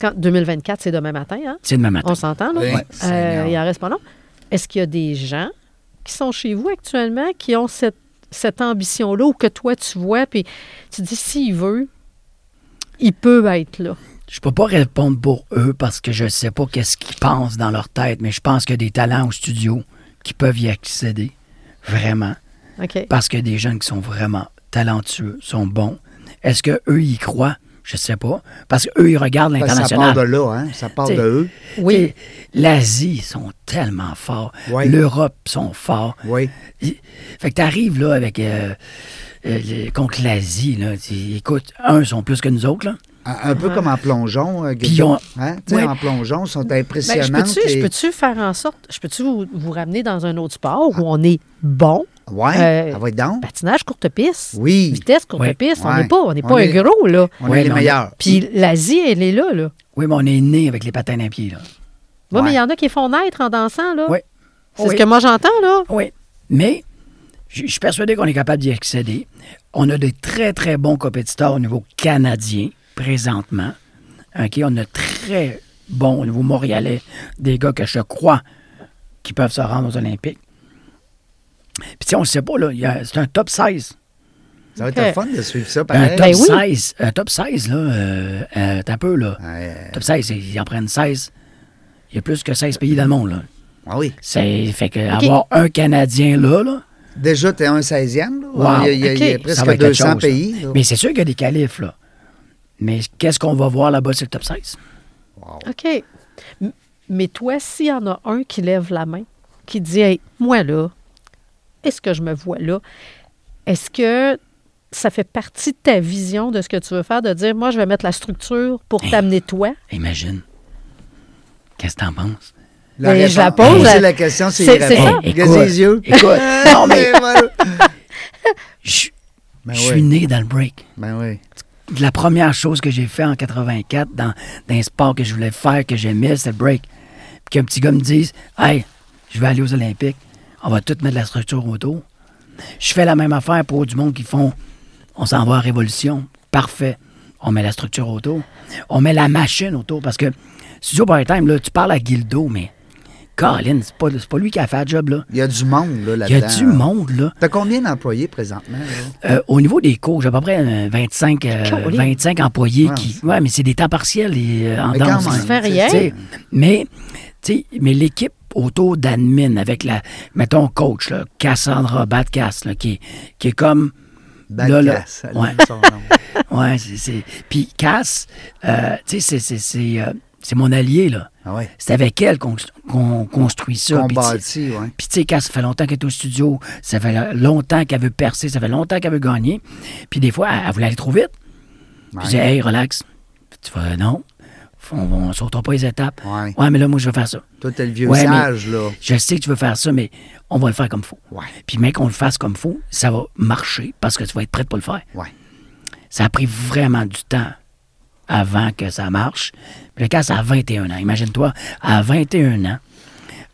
[SPEAKER 2] quand 2024, c'est demain matin, hein?
[SPEAKER 3] C'est demain matin.
[SPEAKER 2] On s'entend, là?
[SPEAKER 1] Oui,
[SPEAKER 2] Euh,
[SPEAKER 1] Seigneur.
[SPEAKER 2] il en reste pas long. Est-ce qu'il y a des gens qui sont chez vous actuellement qui ont cette, cette ambition-là ou que toi, tu vois, puis tu dis, s'il veut, il peut être là.
[SPEAKER 3] Je peux pas répondre pour eux parce que je sais pas qu'est-ce qu'ils pensent dans leur tête, mais je pense qu'il y a des talents au studio qui peuvent y accéder, vraiment,
[SPEAKER 2] OK.
[SPEAKER 3] parce que des jeunes qui sont vraiment talentueux, sont bons. Est-ce que eux y croient? Je sais pas, parce qu'eux, ils regardent
[SPEAKER 1] Parce que Ça part de
[SPEAKER 3] l'international.
[SPEAKER 1] là, hein? Ça part
[SPEAKER 3] T'sais,
[SPEAKER 1] de eux.
[SPEAKER 3] Oui. L'Asie sont tellement forts.
[SPEAKER 1] Ouais.
[SPEAKER 3] L'Europe sont forts.
[SPEAKER 1] Oui.
[SPEAKER 3] Il- Fait que t'arrives là avec euh, euh, les- contre l'Asie, là. tu- Écoute, un sont plus que nous autres, là.
[SPEAKER 1] Un, un
[SPEAKER 2] Ah.
[SPEAKER 1] peu comme en plongeon, euh,
[SPEAKER 3] Puis on-
[SPEAKER 1] hein? Tu sais,
[SPEAKER 3] Ouais.
[SPEAKER 1] En plongeon, ils sont
[SPEAKER 2] Ben, je
[SPEAKER 1] impressionnants.
[SPEAKER 2] peux-tu je peux-tu faire en sorte, je peux-tu vous, vous ramener dans un autre sport où on est bon,
[SPEAKER 1] Oui,
[SPEAKER 2] Euh,
[SPEAKER 1] ça va être donc.
[SPEAKER 2] patinage courte piste,
[SPEAKER 1] Oui.
[SPEAKER 2] vitesse courte
[SPEAKER 3] Ouais.
[SPEAKER 2] piste, on
[SPEAKER 1] Ouais.
[SPEAKER 2] n'est pas, on n'est
[SPEAKER 1] On
[SPEAKER 2] pas
[SPEAKER 1] est-
[SPEAKER 2] un gros, là.
[SPEAKER 1] On
[SPEAKER 3] Ouais,
[SPEAKER 1] est les
[SPEAKER 3] non, mais-
[SPEAKER 1] meilleurs.
[SPEAKER 2] Puis l'Asie, elle est là, là.
[SPEAKER 3] Oui, mais on est né avec les patins d'un pied, là.
[SPEAKER 2] Oui, mais
[SPEAKER 1] Ouais.
[SPEAKER 2] il y en a qui font naître en dansant, là.
[SPEAKER 3] Oui.
[SPEAKER 2] C'est
[SPEAKER 3] Oui.
[SPEAKER 2] ce que moi j'entends, là.
[SPEAKER 3] Oui. Mais je je suis persuadé qu'on est capable d'y accéder. On a des très, très bons compétiteurs au niveau canadien, présentement. hein, OK? On a très bons au niveau montréalais, des gars que je crois qui peuvent se rendre aux Olympiques. Puis, tu sais, on ne sait pas, là, il y a- c'est un top 16.
[SPEAKER 1] Ça va être
[SPEAKER 2] Ok.
[SPEAKER 1] le fun de suivre ça
[SPEAKER 3] Un
[SPEAKER 1] pareil.
[SPEAKER 3] top
[SPEAKER 2] Ben oui.
[SPEAKER 3] 16, un top 16, là, euh, euh, t'as un peu, là.
[SPEAKER 1] Ouais.
[SPEAKER 3] Top 16, ils en prennent 16. Il y a plus que 16 pays dans le monde, là.
[SPEAKER 1] Ah oui.
[SPEAKER 3] C'est, fait que avoir un Canadien là, là,
[SPEAKER 1] Déjà, tu es un 16e. là.
[SPEAKER 3] Wow.
[SPEAKER 1] Il, y a, il y a- il y a
[SPEAKER 2] Ok.
[SPEAKER 3] ça
[SPEAKER 1] presque
[SPEAKER 3] va être quelque
[SPEAKER 1] 200
[SPEAKER 3] chose, là.
[SPEAKER 1] pays. là.
[SPEAKER 3] Mais c'est sûr qu'il y a des qualifs, là. Mais qu'est-ce qu'on va voir là-bas sur le top 16?
[SPEAKER 2] OK. M- Mais toi, s'il y en a un qui lève la main, qui dit Hey, moi là, est-ce que je me vois là? Est-ce que ça fait partie de ta vision de ce que tu veux faire, de dire moi, je vais mettre la structure pour t'amener toi?
[SPEAKER 3] Imagine. Qu'est-ce que t'en penses?
[SPEAKER 2] Mais je la
[SPEAKER 1] réponse,
[SPEAKER 2] pose,
[SPEAKER 1] C'est
[SPEAKER 2] elle-
[SPEAKER 1] la question, c'est
[SPEAKER 2] c'est-
[SPEAKER 1] la
[SPEAKER 2] c'est
[SPEAKER 1] réponse.
[SPEAKER 3] ça.
[SPEAKER 1] Regardez les yeux. [laughs]
[SPEAKER 3] Écoute, non, [laughs] mais
[SPEAKER 1] Et voilà.
[SPEAKER 3] je
[SPEAKER 1] Ben
[SPEAKER 3] je suis
[SPEAKER 1] oui.
[SPEAKER 3] né dans le break.
[SPEAKER 1] Ben oui.
[SPEAKER 3] La première chose que j'ai fait en 84 dans, dans un sport que je voulais faire, que j'aimais, c'était le break. Puis qu'un petit gars me dise Hey, je vais aller aux Olympiques, on va tout mettre la structure autour. Je fais la même affaire pour du monde qui font On s'en va à Révolution. Parfait. On met la structure autour. On met la machine autour parce que Studio Time, là, tu parles à Guildo, mais Colin, c'est pas, c'est pas lui qui a fait le job, là.
[SPEAKER 1] Il y a du monde là,
[SPEAKER 3] Il y
[SPEAKER 1] là-dedans.
[SPEAKER 3] a du
[SPEAKER 1] là.
[SPEAKER 3] monde, là.
[SPEAKER 1] T'as combien d'employés présentement? là?
[SPEAKER 3] Euh, au niveau des cours, j'ai à peu près euh, 25, euh,
[SPEAKER 2] Caroline.
[SPEAKER 3] 25 employés
[SPEAKER 1] Ouais.
[SPEAKER 3] qui. Ouais, mais c'est des temps partiels les, euh, en
[SPEAKER 1] Ah. Mais
[SPEAKER 3] danse.
[SPEAKER 1] quand même,
[SPEAKER 3] hein.
[SPEAKER 2] fait rien.
[SPEAKER 3] Tu sais, Mais, tu sais, mais l'équipe autour d'admin avec la, mettons, coach, là, Cassandra Batcast, là, qui, qui
[SPEAKER 2] [laughs]
[SPEAKER 3] est comme.
[SPEAKER 1] Bad
[SPEAKER 3] là, là,
[SPEAKER 1] Cass, elle
[SPEAKER 3] ouais.
[SPEAKER 1] aime son nom.
[SPEAKER 3] Ouais, c'est- c'est. Puis Cass, euh, tu sais, c'est- c'est- c'est. euh, C'est mon allié, là.
[SPEAKER 1] Ah ouais.
[SPEAKER 3] C'est avec elle qu'on qu'on construit ça.
[SPEAKER 1] Qu'on
[SPEAKER 3] Puis, [laughs] tu sais,
[SPEAKER 1] bâtit, ouais.
[SPEAKER 3] puis tu sais, quand ça fait longtemps qu'elle est au studio, ça fait longtemps qu'elle veut percer, ça fait longtemps qu'elle veut gagner. Puis des fois, elle, elle voulait aller trop vite. Puis je dis, hey, relax. Puis tu fais, non, on ne sautera pas les étapes.
[SPEAKER 1] Ouais.
[SPEAKER 3] mais là, moi, je veux faire ça.
[SPEAKER 1] Toi, t'es le vieux
[SPEAKER 3] Ouais, mais
[SPEAKER 1] sage, là.
[SPEAKER 3] Je sais que tu veux faire ça, mais on va le faire comme faut.
[SPEAKER 1] Ouais.
[SPEAKER 3] Puis, mec, qu'on le fasse comme faut, ça va marcher parce que tu vas être prêt pour le faire.
[SPEAKER 1] Ouais.
[SPEAKER 3] Ça a pris vraiment du temps avant que ça marche. Puis le cas, ça a 21 ans. Imagine-toi, à 21 ans,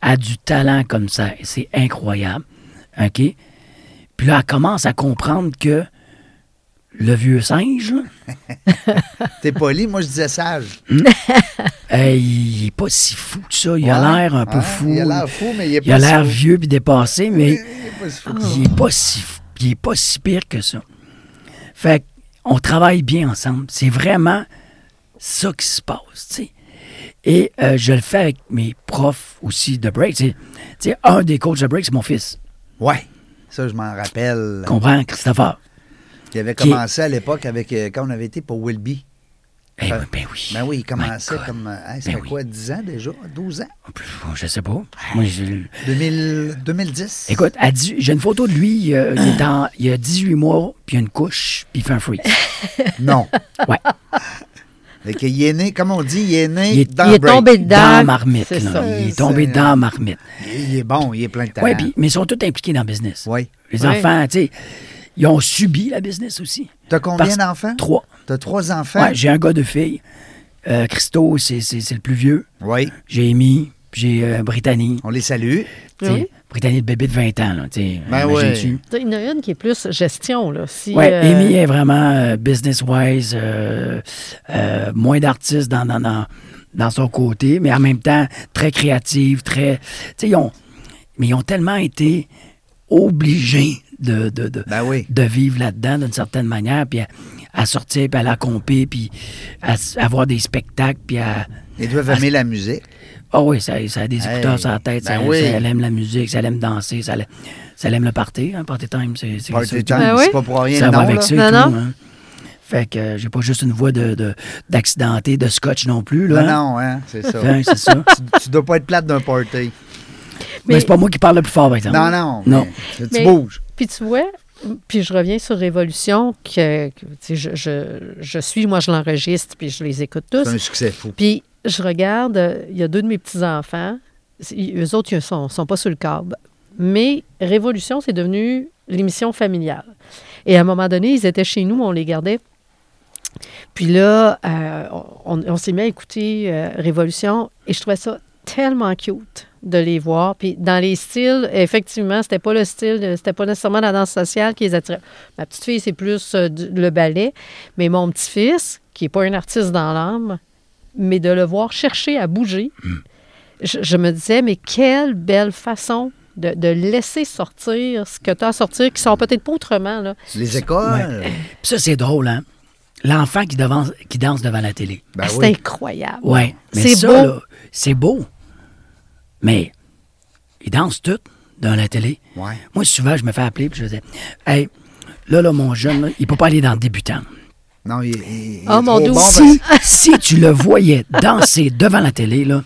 [SPEAKER 3] a du talent comme ça. C'est incroyable. OK? Puis là, elle commence à comprendre que le vieux singe, là,
[SPEAKER 1] T'es poli, moi je disais sage.
[SPEAKER 3] euh, il est pas si fou que ça. Il a
[SPEAKER 1] Ouais.
[SPEAKER 3] l'air un peu
[SPEAKER 1] Ouais,
[SPEAKER 3] fou.
[SPEAKER 1] Il a l'air fou, mais il est
[SPEAKER 3] Il a
[SPEAKER 1] pas si
[SPEAKER 3] l'air
[SPEAKER 1] fou.
[SPEAKER 3] vieux puis dépassé, mais
[SPEAKER 1] Il est pas si fou.
[SPEAKER 3] il est pas si fou- il est pas si pire que ça. Fait que, on travaille bien ensemble. C'est vraiment ça qui se passe, tu sais. Et euh, je le fais avec mes profs aussi de break. Tu sais. Tu sais, un des coachs de break, c'est mon fils.
[SPEAKER 1] Ouais. Ça, je m'en rappelle.
[SPEAKER 3] Comprends, Christopher?
[SPEAKER 1] Il avait
[SPEAKER 3] Qui est-
[SPEAKER 1] commencé à l'époque avec euh, quand on avait été pour Wilby.
[SPEAKER 3] Eh
[SPEAKER 1] Ben-
[SPEAKER 3] ben, ben oui.
[SPEAKER 1] Ben oui, il commençait
[SPEAKER 3] My God.
[SPEAKER 1] comme. euh, hey, ça
[SPEAKER 3] Ben
[SPEAKER 1] fait
[SPEAKER 3] oui.
[SPEAKER 1] quoi, 10 ans déjà 12 ans
[SPEAKER 3] Je sais pas. Moi, je-
[SPEAKER 1] 2000 2010
[SPEAKER 3] Écoute, à dix- j'ai une photo de lui, euh, il, est en- il a 18 mois, puis il a une couche, puis il fait un freeze.
[SPEAKER 1] [laughs] Non.
[SPEAKER 3] Ouais.
[SPEAKER 1] Fait que il est né, comme on dit, il est né
[SPEAKER 3] Il est-
[SPEAKER 1] dans
[SPEAKER 2] Il est
[SPEAKER 1] Break.
[SPEAKER 2] tombé dedans.
[SPEAKER 3] Dans Marmite,
[SPEAKER 2] C'est
[SPEAKER 3] là.
[SPEAKER 2] ça.
[SPEAKER 3] Il est tombé
[SPEAKER 1] C'est-
[SPEAKER 3] dans Marmite.
[SPEAKER 1] Il est bon, il est plein de talent.
[SPEAKER 3] Oui, puis mais ils sont tous impliqués dans le business.
[SPEAKER 1] Ouais.
[SPEAKER 3] Les
[SPEAKER 2] Ouais.
[SPEAKER 3] enfants, tu sais, ils ont subi la business aussi.
[SPEAKER 1] T'as combien
[SPEAKER 3] Parce-
[SPEAKER 1] d'enfants?
[SPEAKER 3] Trois.
[SPEAKER 1] T'as trois enfants?
[SPEAKER 3] Ouais, j'ai un gars, deux filles. Euh, Christo, c'est c'est- c'est le plus vieux.
[SPEAKER 1] Oui.
[SPEAKER 3] J'ai Amy, puis j'ai euh, Brittany.
[SPEAKER 1] On les salue.
[SPEAKER 3] Tu sais,
[SPEAKER 2] Oui.
[SPEAKER 3] Brittany, le bébé de 20 ans, là, tu sais.
[SPEAKER 1] Ben
[SPEAKER 3] imagines-tu?
[SPEAKER 1] ouais.
[SPEAKER 2] Tu sais, Il y en a une qui est plus gestion, là. Si,
[SPEAKER 3] Ouais,
[SPEAKER 2] euh,
[SPEAKER 3] Amy est vraiment euh, business-wise, euh, euh, moins d'artiste dans, dans, dans, dans son côté, mais en même temps très créative, très. Tu sais, ils ont. Mais ils ont tellement été obligés de, de, de,
[SPEAKER 1] Ben oui.
[SPEAKER 3] de vivre là-dedans d'une certaine manière, puis à, à sortir, puis à la compé, puis à, s- à voir des spectacles, puis à.
[SPEAKER 1] Ils doivent aimer la musique.
[SPEAKER 3] Ah oui, ça, ça a des écouteurs
[SPEAKER 1] Hey,
[SPEAKER 3] sur la tête,
[SPEAKER 1] ben
[SPEAKER 3] ça,
[SPEAKER 1] oui.
[SPEAKER 3] ça, elle aime la musique, ça elle aime danser, ça, elle- ça elle aime le party, hein, party time, c'est c'est-
[SPEAKER 1] Party
[SPEAKER 3] c'est-
[SPEAKER 1] time,
[SPEAKER 2] Ben oui.
[SPEAKER 1] c'est pas pour rien
[SPEAKER 3] ça
[SPEAKER 1] le
[SPEAKER 3] va
[SPEAKER 1] nom,
[SPEAKER 3] avec
[SPEAKER 1] là.
[SPEAKER 3] ça et
[SPEAKER 2] Non,
[SPEAKER 3] tout,
[SPEAKER 2] non.
[SPEAKER 3] hein. Fait que euh, j'ai pas juste une voix de, de- d'accidenté, de scotch non plus. Là,
[SPEAKER 1] Non, non, hein, c'est ça.
[SPEAKER 3] Fait que c'est
[SPEAKER 1] [laughs]
[SPEAKER 3] ça. Mais,
[SPEAKER 1] tu dois pas être plate d'un party.
[SPEAKER 2] Mais-
[SPEAKER 3] c'est pas moi qui parle le plus fort, par exemple.
[SPEAKER 1] Non, non.
[SPEAKER 3] Non.
[SPEAKER 1] mais Tu
[SPEAKER 2] Mais-
[SPEAKER 1] bouges.
[SPEAKER 2] Puis tu vois, puis je reviens sur Révolution, que, que, tu sais, je, je- je suis, moi, je l'enregistre, puis je les écoute tous.
[SPEAKER 1] C'est un succès fou.
[SPEAKER 2] Puis je regarde, euh, il y a deux de mes petits-enfants, c'est- ils- eux autres, ils sont, sont pas sur le câble. Mais Révolution, c'est devenu l'émission familiale. Et à un moment donné, ils étaient chez nous, on les gardait. Puis là, euh, on, on s'est mis à écouter euh, Révolution et je trouvais ça tellement cute de les voir. Puis dans les styles, effectivement, c'était pas le style, de- c'était pas nécessairement la danse sociale qui les attirait. Ma petite fille, c'est plus euh, du- le ballet. Mais mon petit-fils, qui est pas un artiste dans l'âme, mais de le voir chercher à bouger,
[SPEAKER 1] Hmm.
[SPEAKER 2] je, je me disais, mais quelle belle façon de, de laisser sortir ce que tu as à sortir, qui sort peut-être pas autrement. Là.
[SPEAKER 1] Les écoles.
[SPEAKER 3] Puis ça, c'est drôle, hein? L'enfant qui, devance- qui danse devant la télé.
[SPEAKER 1] Ben
[SPEAKER 2] Ah, c'est
[SPEAKER 1] oui.
[SPEAKER 2] incroyable.
[SPEAKER 3] Ouais. Mais
[SPEAKER 2] C'est
[SPEAKER 3] ça,
[SPEAKER 2] beau.
[SPEAKER 3] là, c'est beau. Mais ils dansent tout devant la télé.
[SPEAKER 1] Ouais.
[SPEAKER 3] Moi, souvent, je me fais appeler puis je dis Hey, là, là, mon jeune, là, il peut pas aller dans le débutant.
[SPEAKER 2] [laughs]
[SPEAKER 1] Non, il, il- il
[SPEAKER 2] Oh,
[SPEAKER 1] est
[SPEAKER 2] mon
[SPEAKER 1] trop
[SPEAKER 2] Dieu,
[SPEAKER 1] bon,
[SPEAKER 3] si, si tu le voyais danser devant la télé, là,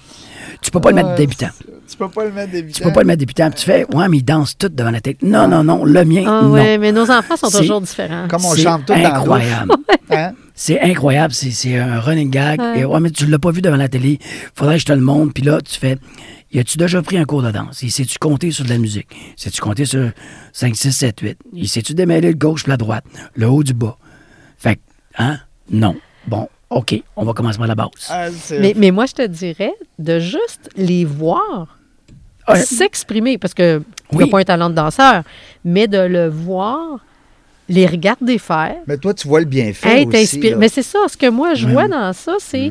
[SPEAKER 3] tu peux pas le mettre
[SPEAKER 1] Ouais,
[SPEAKER 3] débutant.
[SPEAKER 1] parce- Tu peux pas le mettre débutant.
[SPEAKER 3] Tu peux pas le mettre débutant. Puis Tu fais, ouais, mais il danse tout devant la télé. Non, non, non, le mien,
[SPEAKER 2] Ah
[SPEAKER 3] non.
[SPEAKER 2] ouais, mais nos enfants sont
[SPEAKER 3] C'est-
[SPEAKER 2] toujours différents.
[SPEAKER 1] Comme on
[SPEAKER 3] C'est
[SPEAKER 1] chante tout dans la douche.
[SPEAKER 3] incroyable.
[SPEAKER 1] [laughs] Hein?
[SPEAKER 3] C'est incroyable, c'est- c'est un running gag.
[SPEAKER 2] Ouais.
[SPEAKER 3] Et ouais, mais tu l'as pas vu devant la télé. Faudrait que je te le montre. Puis là, tu fais, y as-tu déjà pris un cours de danse? Et sais-tu compter sur de la musique? Sais-tu compter sur 5, 6, 7, 8? Et sais-tu démêler le gauche puis la droite? Le haut du bas? Fait que, hein? Non. Bon, OK, on va commencer par la base.
[SPEAKER 1] Ah, c'est-
[SPEAKER 2] Mais, mais moi, je te dirais de juste les voir
[SPEAKER 3] Ouais.
[SPEAKER 2] s'exprimer, parce que tu
[SPEAKER 3] Oui.
[SPEAKER 2] n'as pas un talent de danseur, mais de le voir, les regarder faire,
[SPEAKER 1] Mais toi, tu vois le bienfait
[SPEAKER 2] Hey,
[SPEAKER 1] aussi.
[SPEAKER 2] t'inspires.
[SPEAKER 1] là.
[SPEAKER 2] Mais c'est ça, ce que moi, je
[SPEAKER 3] Ouais. Mm.
[SPEAKER 2] vois dans ça, c'est.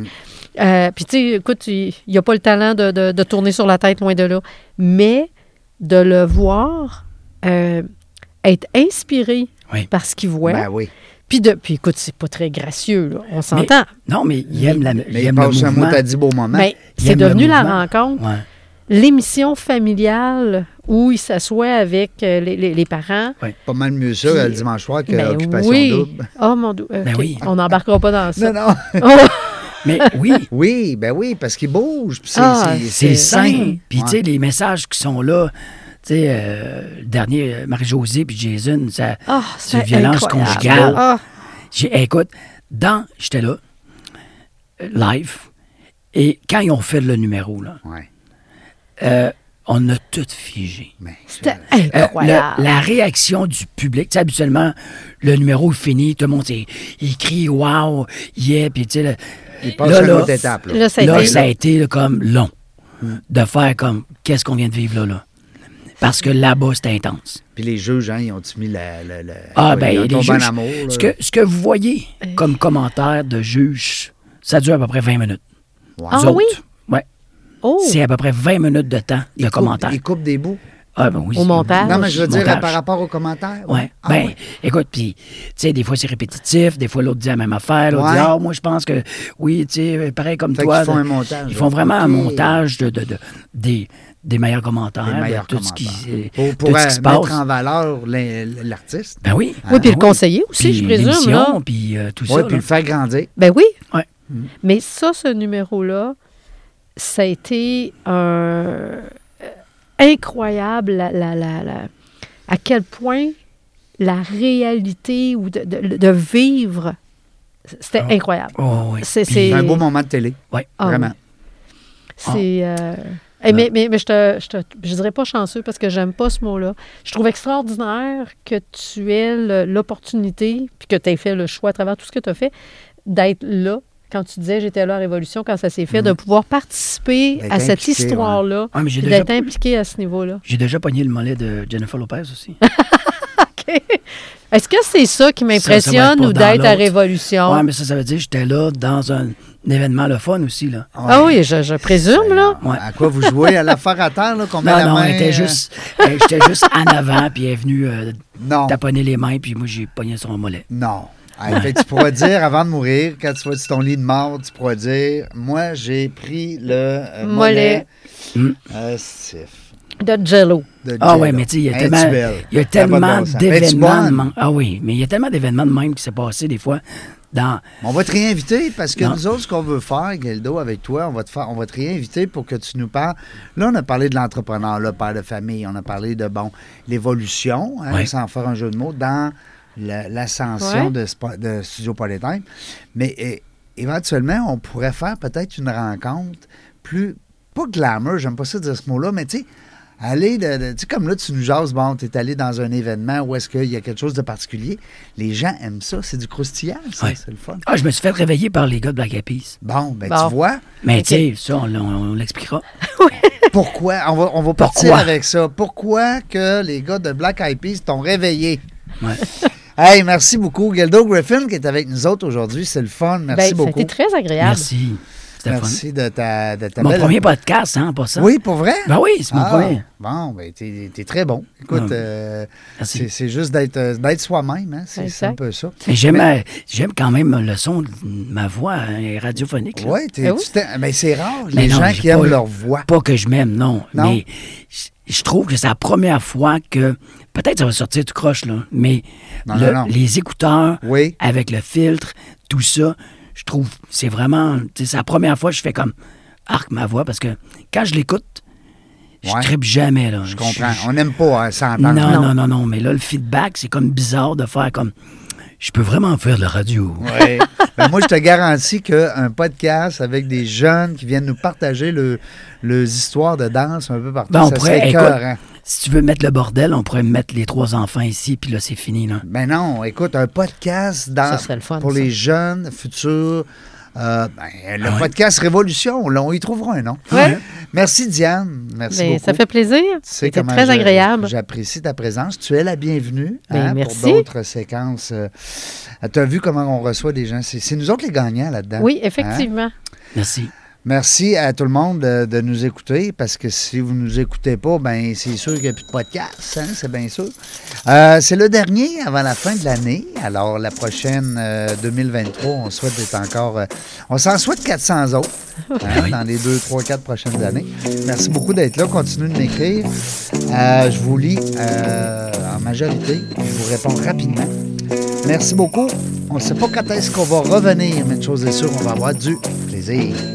[SPEAKER 2] euh, Puis, tu sais, écoute, il n'y a pas le talent de, de- de tourner sur la tête, loin de là. Mais de le voir euh, être inspiré
[SPEAKER 3] Oui.
[SPEAKER 2] par ce qu'il voit.
[SPEAKER 1] Ben oui.
[SPEAKER 2] Puis, de, puis, écoute, c'est pas très gracieux, là, on s'entend.
[SPEAKER 3] Non, mais il aime, la, il
[SPEAKER 1] Mais il
[SPEAKER 3] aime le
[SPEAKER 1] passe un mot,
[SPEAKER 3] mouvement.
[SPEAKER 1] t'as dit beau moment.
[SPEAKER 2] Mais
[SPEAKER 3] Il
[SPEAKER 2] c'est
[SPEAKER 3] aime le
[SPEAKER 2] devenu la
[SPEAKER 3] mouvement.
[SPEAKER 2] rencontre,
[SPEAKER 3] Ouais.
[SPEAKER 2] l'émission familiale où il s'assoit avec euh, les, les- les parents.
[SPEAKER 1] Pas mal mieux ça
[SPEAKER 2] Puis-
[SPEAKER 1] le dimanche soir que
[SPEAKER 2] Ben
[SPEAKER 1] l'occupation
[SPEAKER 2] [laughs] oui.
[SPEAKER 1] double.
[SPEAKER 2] Oh mon Dieu.
[SPEAKER 3] euh, Ben
[SPEAKER 2] OK,
[SPEAKER 3] oui.
[SPEAKER 2] On n'embarquera pas dans ça.
[SPEAKER 1] Non, non.
[SPEAKER 2] Oh!
[SPEAKER 3] Mais oui,
[SPEAKER 2] [laughs]
[SPEAKER 1] Oui, ben oui, parce qu'il bouge. puis c'est-
[SPEAKER 2] Ah,
[SPEAKER 1] c'est-
[SPEAKER 3] c'est
[SPEAKER 2] C'est
[SPEAKER 3] sain.
[SPEAKER 2] sain.
[SPEAKER 3] Puis, tu sais, les messages qui sont là, tu sais, euh, le dernier, euh, Marie-Josée puis Jason, ça,
[SPEAKER 2] Ah,
[SPEAKER 3] c'est
[SPEAKER 2] c'est
[SPEAKER 3] violence
[SPEAKER 2] incroyable.
[SPEAKER 3] conjugale.
[SPEAKER 2] Ah.
[SPEAKER 3] J'ai- écoute, dans, j'étais là, euh, live, et quand ils ont fait le numéro, là,
[SPEAKER 1] Ouais,
[SPEAKER 3] euh, on a tout figé.
[SPEAKER 1] mais-
[SPEAKER 2] C'était
[SPEAKER 3] Euh,
[SPEAKER 2] incroyable.
[SPEAKER 3] le- la réaction du public, tu sais, habituellement, le numéro est fini, tout le monde, c'est- il crie « wow »,« yeah », puis tu sais, le-
[SPEAKER 1] Il passe
[SPEAKER 3] Là,
[SPEAKER 1] à une
[SPEAKER 3] là.
[SPEAKER 1] autre étape. Là.
[SPEAKER 2] Là, ça a
[SPEAKER 3] là,
[SPEAKER 2] été
[SPEAKER 3] ça a
[SPEAKER 2] long.
[SPEAKER 3] été là, comme long de faire comme « qu'est-ce qu'on vient de vivre là, là? » Parce que là-bas, c'était intense.
[SPEAKER 1] Puis les juges, hein, ils ont-tu mis la. la- la-
[SPEAKER 3] Ah,
[SPEAKER 1] ils
[SPEAKER 3] ben,
[SPEAKER 1] ont
[SPEAKER 3] les
[SPEAKER 1] tombé en
[SPEAKER 3] juges,
[SPEAKER 1] amour, là.
[SPEAKER 3] ce, que, ce que vous voyez
[SPEAKER 2] Euh.
[SPEAKER 3] comme commentaire de juge, ça dure à peu près 20 minutes.
[SPEAKER 1] Ouais.
[SPEAKER 2] Ah
[SPEAKER 3] Vous
[SPEAKER 2] oui?
[SPEAKER 3] autres, ouais.
[SPEAKER 2] Oh,
[SPEAKER 3] C'est à peu près 20 minutes de temps de
[SPEAKER 1] Ils coupent-
[SPEAKER 3] commentaires.
[SPEAKER 1] Ils coupent des bouts.
[SPEAKER 3] Ah, ben oui.
[SPEAKER 2] Au montage.
[SPEAKER 1] Non, mais je veux dire,
[SPEAKER 3] Montage.
[SPEAKER 1] par rapport aux commentaires.
[SPEAKER 3] Ouais.
[SPEAKER 1] Ah,
[SPEAKER 3] ben,
[SPEAKER 1] oui.
[SPEAKER 3] écoute, puis, tu sais, des fois, c'est répétitif, des fois, l'autre dit la même affaire, l'autre
[SPEAKER 1] Ouais.
[SPEAKER 3] dit, ah, moi, je pense que, oui, tu sais, pareil comme
[SPEAKER 1] Fait
[SPEAKER 3] toi.
[SPEAKER 1] qu'ils font
[SPEAKER 3] là.
[SPEAKER 1] un montage,
[SPEAKER 3] Ils font
[SPEAKER 1] là.
[SPEAKER 3] vraiment un
[SPEAKER 1] Ok.
[SPEAKER 3] montage de, de- de- des, des meilleurs commentaires,
[SPEAKER 1] Les
[SPEAKER 3] de
[SPEAKER 1] meilleurs
[SPEAKER 3] Ah, ben, tout,
[SPEAKER 1] commentaires.
[SPEAKER 3] Ce qui,
[SPEAKER 1] Pour,
[SPEAKER 3] tout
[SPEAKER 1] pour
[SPEAKER 3] ce
[SPEAKER 1] euh,
[SPEAKER 3] qui se passe.
[SPEAKER 1] mettre en valeur l'in- l'artiste.
[SPEAKER 3] Ben oui.
[SPEAKER 2] Oui, puis
[SPEAKER 3] Ah,
[SPEAKER 2] le conseiller aussi,
[SPEAKER 3] Puis
[SPEAKER 2] je présume. Là.
[SPEAKER 3] l'émission, puis euh, tout
[SPEAKER 1] Oui,
[SPEAKER 3] ça.
[SPEAKER 1] puis
[SPEAKER 3] là.
[SPEAKER 1] le faire grandir.
[SPEAKER 2] Ben oui.
[SPEAKER 3] Ouais.
[SPEAKER 2] Mais ça, ce numéro-là, ça a été un... euh, incroyable la- la- la- la- à quel point la réalité ou de, de- de vivre, c'était
[SPEAKER 3] Ah.
[SPEAKER 2] incroyable.
[SPEAKER 3] Oh, oui.
[SPEAKER 2] C'est-
[SPEAKER 3] Puis-
[SPEAKER 2] c'est-
[SPEAKER 1] C'est un beau moment de télé.
[SPEAKER 3] Ouais.
[SPEAKER 2] Ah
[SPEAKER 1] Vraiment.
[SPEAKER 3] Ah.
[SPEAKER 2] C'est. euh, eh, mais, mais, mais je te, je te- je dirais pas chanceux parce que j'aime pas ce mot-là. Je trouve extraordinaire que tu aies le- l'opportunité, puis que tu aies fait le choix à travers tout ce que tu as fait, d'être là. Quand tu disais j'étais là à Révolution, quand ça s'est fait, de pouvoir participer
[SPEAKER 1] D'être
[SPEAKER 2] à cette
[SPEAKER 1] impliqué, ouais.
[SPEAKER 2] histoire-là,
[SPEAKER 3] Mhm. Ben, Ouais, mais j'ai
[SPEAKER 2] puis
[SPEAKER 3] déjà-
[SPEAKER 2] d'être impliqué à ce
[SPEAKER 3] [laughs]
[SPEAKER 2] niveau-là.
[SPEAKER 3] J'ai déjà pogné le mollet de Jennifer Lopez aussi.
[SPEAKER 2] Est-ce que c'est ça qui m'impressionne
[SPEAKER 3] pas
[SPEAKER 2] ou
[SPEAKER 3] dans
[SPEAKER 2] d'être à
[SPEAKER 3] l'autre.
[SPEAKER 2] Révolution?
[SPEAKER 3] ouais, mais ça, ça veut dire que j'étais là dans un, événement le fun aussi, là.
[SPEAKER 2] Ah oui, je, je présume, là.
[SPEAKER 3] Ouais.
[SPEAKER 1] À quoi vous jouez? À l'affaire à terre, là, qu'on met
[SPEAKER 3] Non,
[SPEAKER 1] la
[SPEAKER 3] non,
[SPEAKER 1] main?
[SPEAKER 3] elle
[SPEAKER 1] euh,
[SPEAKER 3] était juste, elle- j'étais juste en avant, puis elle est venue euh,
[SPEAKER 1] Non.
[SPEAKER 3] taponner les mains, puis moi, j'ai pogné son mollet.
[SPEAKER 1] Non. Hey, fait que tu pourras dire, avant de mourir, quand tu vas sur ton lit de mort, tu pourras dire Moi, j'ai pris le euh, mollet.
[SPEAKER 2] Mollet.
[SPEAKER 3] Mm.
[SPEAKER 1] Euh, siff,
[SPEAKER 2] De Jello.
[SPEAKER 1] de
[SPEAKER 3] Ah
[SPEAKER 1] Jello.
[SPEAKER 3] ouais, mais tu sais, il y a
[SPEAKER 1] Hey,
[SPEAKER 3] tellement,
[SPEAKER 1] tu belle.
[SPEAKER 3] il y a
[SPEAKER 1] Ça pas de
[SPEAKER 3] tellement
[SPEAKER 1] bon sens. Hey, tu
[SPEAKER 3] d'événements. de
[SPEAKER 1] bonne.
[SPEAKER 3] même- Ah oui, mais il y a tellement d'événements de même qui s'est passé des fois dans.
[SPEAKER 1] On va te réinviter parce que
[SPEAKER 3] Non.
[SPEAKER 1] nous autres, ce qu'on veut faire, Geldo, avec toi, on va, te faire, on va te réinviter pour que tu nous parles. Là, on a parlé de l'entrepreneur, le père de famille, on a parlé de bon l'évolution, hein,
[SPEAKER 3] Ouais.
[SPEAKER 1] sans faire un jeu de mots, dans la- l'ascension
[SPEAKER 2] Ouais.
[SPEAKER 1] de, Spa- de Studio Polytime. Mais é- éventuellement, on pourrait faire peut-être une rencontre plus, pas glamour, j'aime pas ça dire ce mot-là, mais tu sais, Aller de, de- tu sais, comme là, tu nous jases, bon, t'es allé dans un événement où est-ce qu'il y a quelque chose de particulier. Les gens aiment ça, c'est du croustillant, ça,
[SPEAKER 3] Ouais.
[SPEAKER 1] c'est le fun.
[SPEAKER 3] Ah, je me suis fait réveiller par les gars de Black Eyed Peas.
[SPEAKER 1] Bon, ben
[SPEAKER 2] Bon.
[SPEAKER 1] tu vois,
[SPEAKER 3] Mais
[SPEAKER 2] Ok.
[SPEAKER 3] tu sais, ça, on, l'a- on l'expliquera.
[SPEAKER 1] pourquoi, on va, on va partir
[SPEAKER 3] Pourquoi?
[SPEAKER 1] avec ça. Pourquoi que les gars de Black Eyed Peas t'ont réveillé?
[SPEAKER 3] Ouais.
[SPEAKER 1] Hey, merci beaucoup. Geldo Griffin qui est avec nous autres aujourd'hui, c'est le fun. Merci
[SPEAKER 2] Ben, Ça a
[SPEAKER 1] beaucoup.
[SPEAKER 2] été très agréable.
[SPEAKER 3] Merci. C'était fun.
[SPEAKER 1] Merci de ta, de ta
[SPEAKER 3] Mon
[SPEAKER 1] belle-
[SPEAKER 3] premier podcast, hein, pour ça.
[SPEAKER 1] Oui, pour vrai?
[SPEAKER 3] Ben oui, c'est mon
[SPEAKER 1] Ah,
[SPEAKER 3] premier.
[SPEAKER 1] Bon, ben t'es t'es très bon. Écoute,
[SPEAKER 3] Ah.
[SPEAKER 1] euh,
[SPEAKER 3] Merci.
[SPEAKER 1] c'est c'est juste d'être euh, d'être soi-même, hein, c'est c'est un
[SPEAKER 2] Exact.
[SPEAKER 1] peu ça.
[SPEAKER 3] Mais J'aime euh, j'aime quand même le son de ma voix hein, est radiophonique. là.
[SPEAKER 1] Ouais,
[SPEAKER 2] Ah
[SPEAKER 1] t'es-
[SPEAKER 2] oui?
[SPEAKER 1] tu t'es- mais c'est rare,
[SPEAKER 3] Mais
[SPEAKER 1] les
[SPEAKER 3] non,
[SPEAKER 1] gens
[SPEAKER 3] j'ai
[SPEAKER 1] qui
[SPEAKER 3] pas
[SPEAKER 1] aiment
[SPEAKER 3] eu-
[SPEAKER 1] leur voix.
[SPEAKER 3] Pas que je m'aime, non.
[SPEAKER 1] Non.
[SPEAKER 3] Mais je- je trouve que c'est la première fois que. Peut-être ça va sortir tout croche, là. Mais
[SPEAKER 1] Non,
[SPEAKER 3] le-
[SPEAKER 1] non, non.
[SPEAKER 3] les écouteurs,
[SPEAKER 1] Oui.
[SPEAKER 3] avec le filtre, tout ça, je trouve. C'est vraiment. tu sais, C'est la première fois que je fais comme. Arc ma voix, parce que quand je l'écoute, je
[SPEAKER 1] Ouais.
[SPEAKER 3] tripe jamais, là.
[SPEAKER 1] Je comprends. On n'aime pas hein, s'entendre.
[SPEAKER 3] Non, non, non, non, Mais là, le feedback, c'est comme bizarre de faire comme. Je peux vraiment faire de la radio.
[SPEAKER 1] Ouais. [laughs] Ben, moi, je te garantis qu'un podcast avec des jeunes qui viennent nous partager le, leurs histoires de danse un peu partout,
[SPEAKER 3] Ben, on
[SPEAKER 1] ça
[SPEAKER 3] pourrait-
[SPEAKER 1] serait
[SPEAKER 3] écoute.
[SPEAKER 1] écœurant.
[SPEAKER 3] Si tu veux mettre le bordel, on pourrait mettre les trois enfants ici, puis là, c'est fini, là.
[SPEAKER 1] Ben non, écoute, un podcast dans-
[SPEAKER 2] Ça serait le fun,
[SPEAKER 1] pour
[SPEAKER 2] ça. Ah
[SPEAKER 1] les jeunes futurs. euh, ben, le podcast Révolution, là, on y trouvera un nom.
[SPEAKER 2] Ouais.
[SPEAKER 1] Merci, Diane. Merci
[SPEAKER 2] Ben,
[SPEAKER 1] beaucoup.
[SPEAKER 2] ça fait plaisir.
[SPEAKER 1] Tu sais
[SPEAKER 2] C'était
[SPEAKER 1] comment
[SPEAKER 2] très
[SPEAKER 1] je-
[SPEAKER 2] agréable.
[SPEAKER 1] J'apprécie ta présence. Tu es la bienvenue hein,
[SPEAKER 2] Ben,
[SPEAKER 1] pour
[SPEAKER 2] merci.
[SPEAKER 1] d'autres séquences. euh, tu as vu comment on reçoit des gens. C'est c'est nous autres les gagnants là-dedans.
[SPEAKER 2] Oui,
[SPEAKER 1] Hein?
[SPEAKER 2] effectivement.
[SPEAKER 3] Merci.
[SPEAKER 1] Merci à tout le monde de, de nous écouter parce que si vous nous écoutez pas, ben c'est sûr qu'il n'y a plus de podcast, hein, c'est bien sûr. Euh, c'est le dernier avant la fin de l'année. Alors la prochaine euh, 2023, on souhaite d'être encore. euh, on s'en souhaite 400 autres hein,
[SPEAKER 3] oui.
[SPEAKER 1] dans les 2, 3, 4 prochaines années. Merci beaucoup d'être là. Continuez de m'écrire. Euh, je vous lis euh, en majorité. Je vous réponds rapidement. Merci beaucoup. On ne sait pas quand est-ce qu'on va revenir, mais une chose est sûre, on va avoir du plaisir. plaisir.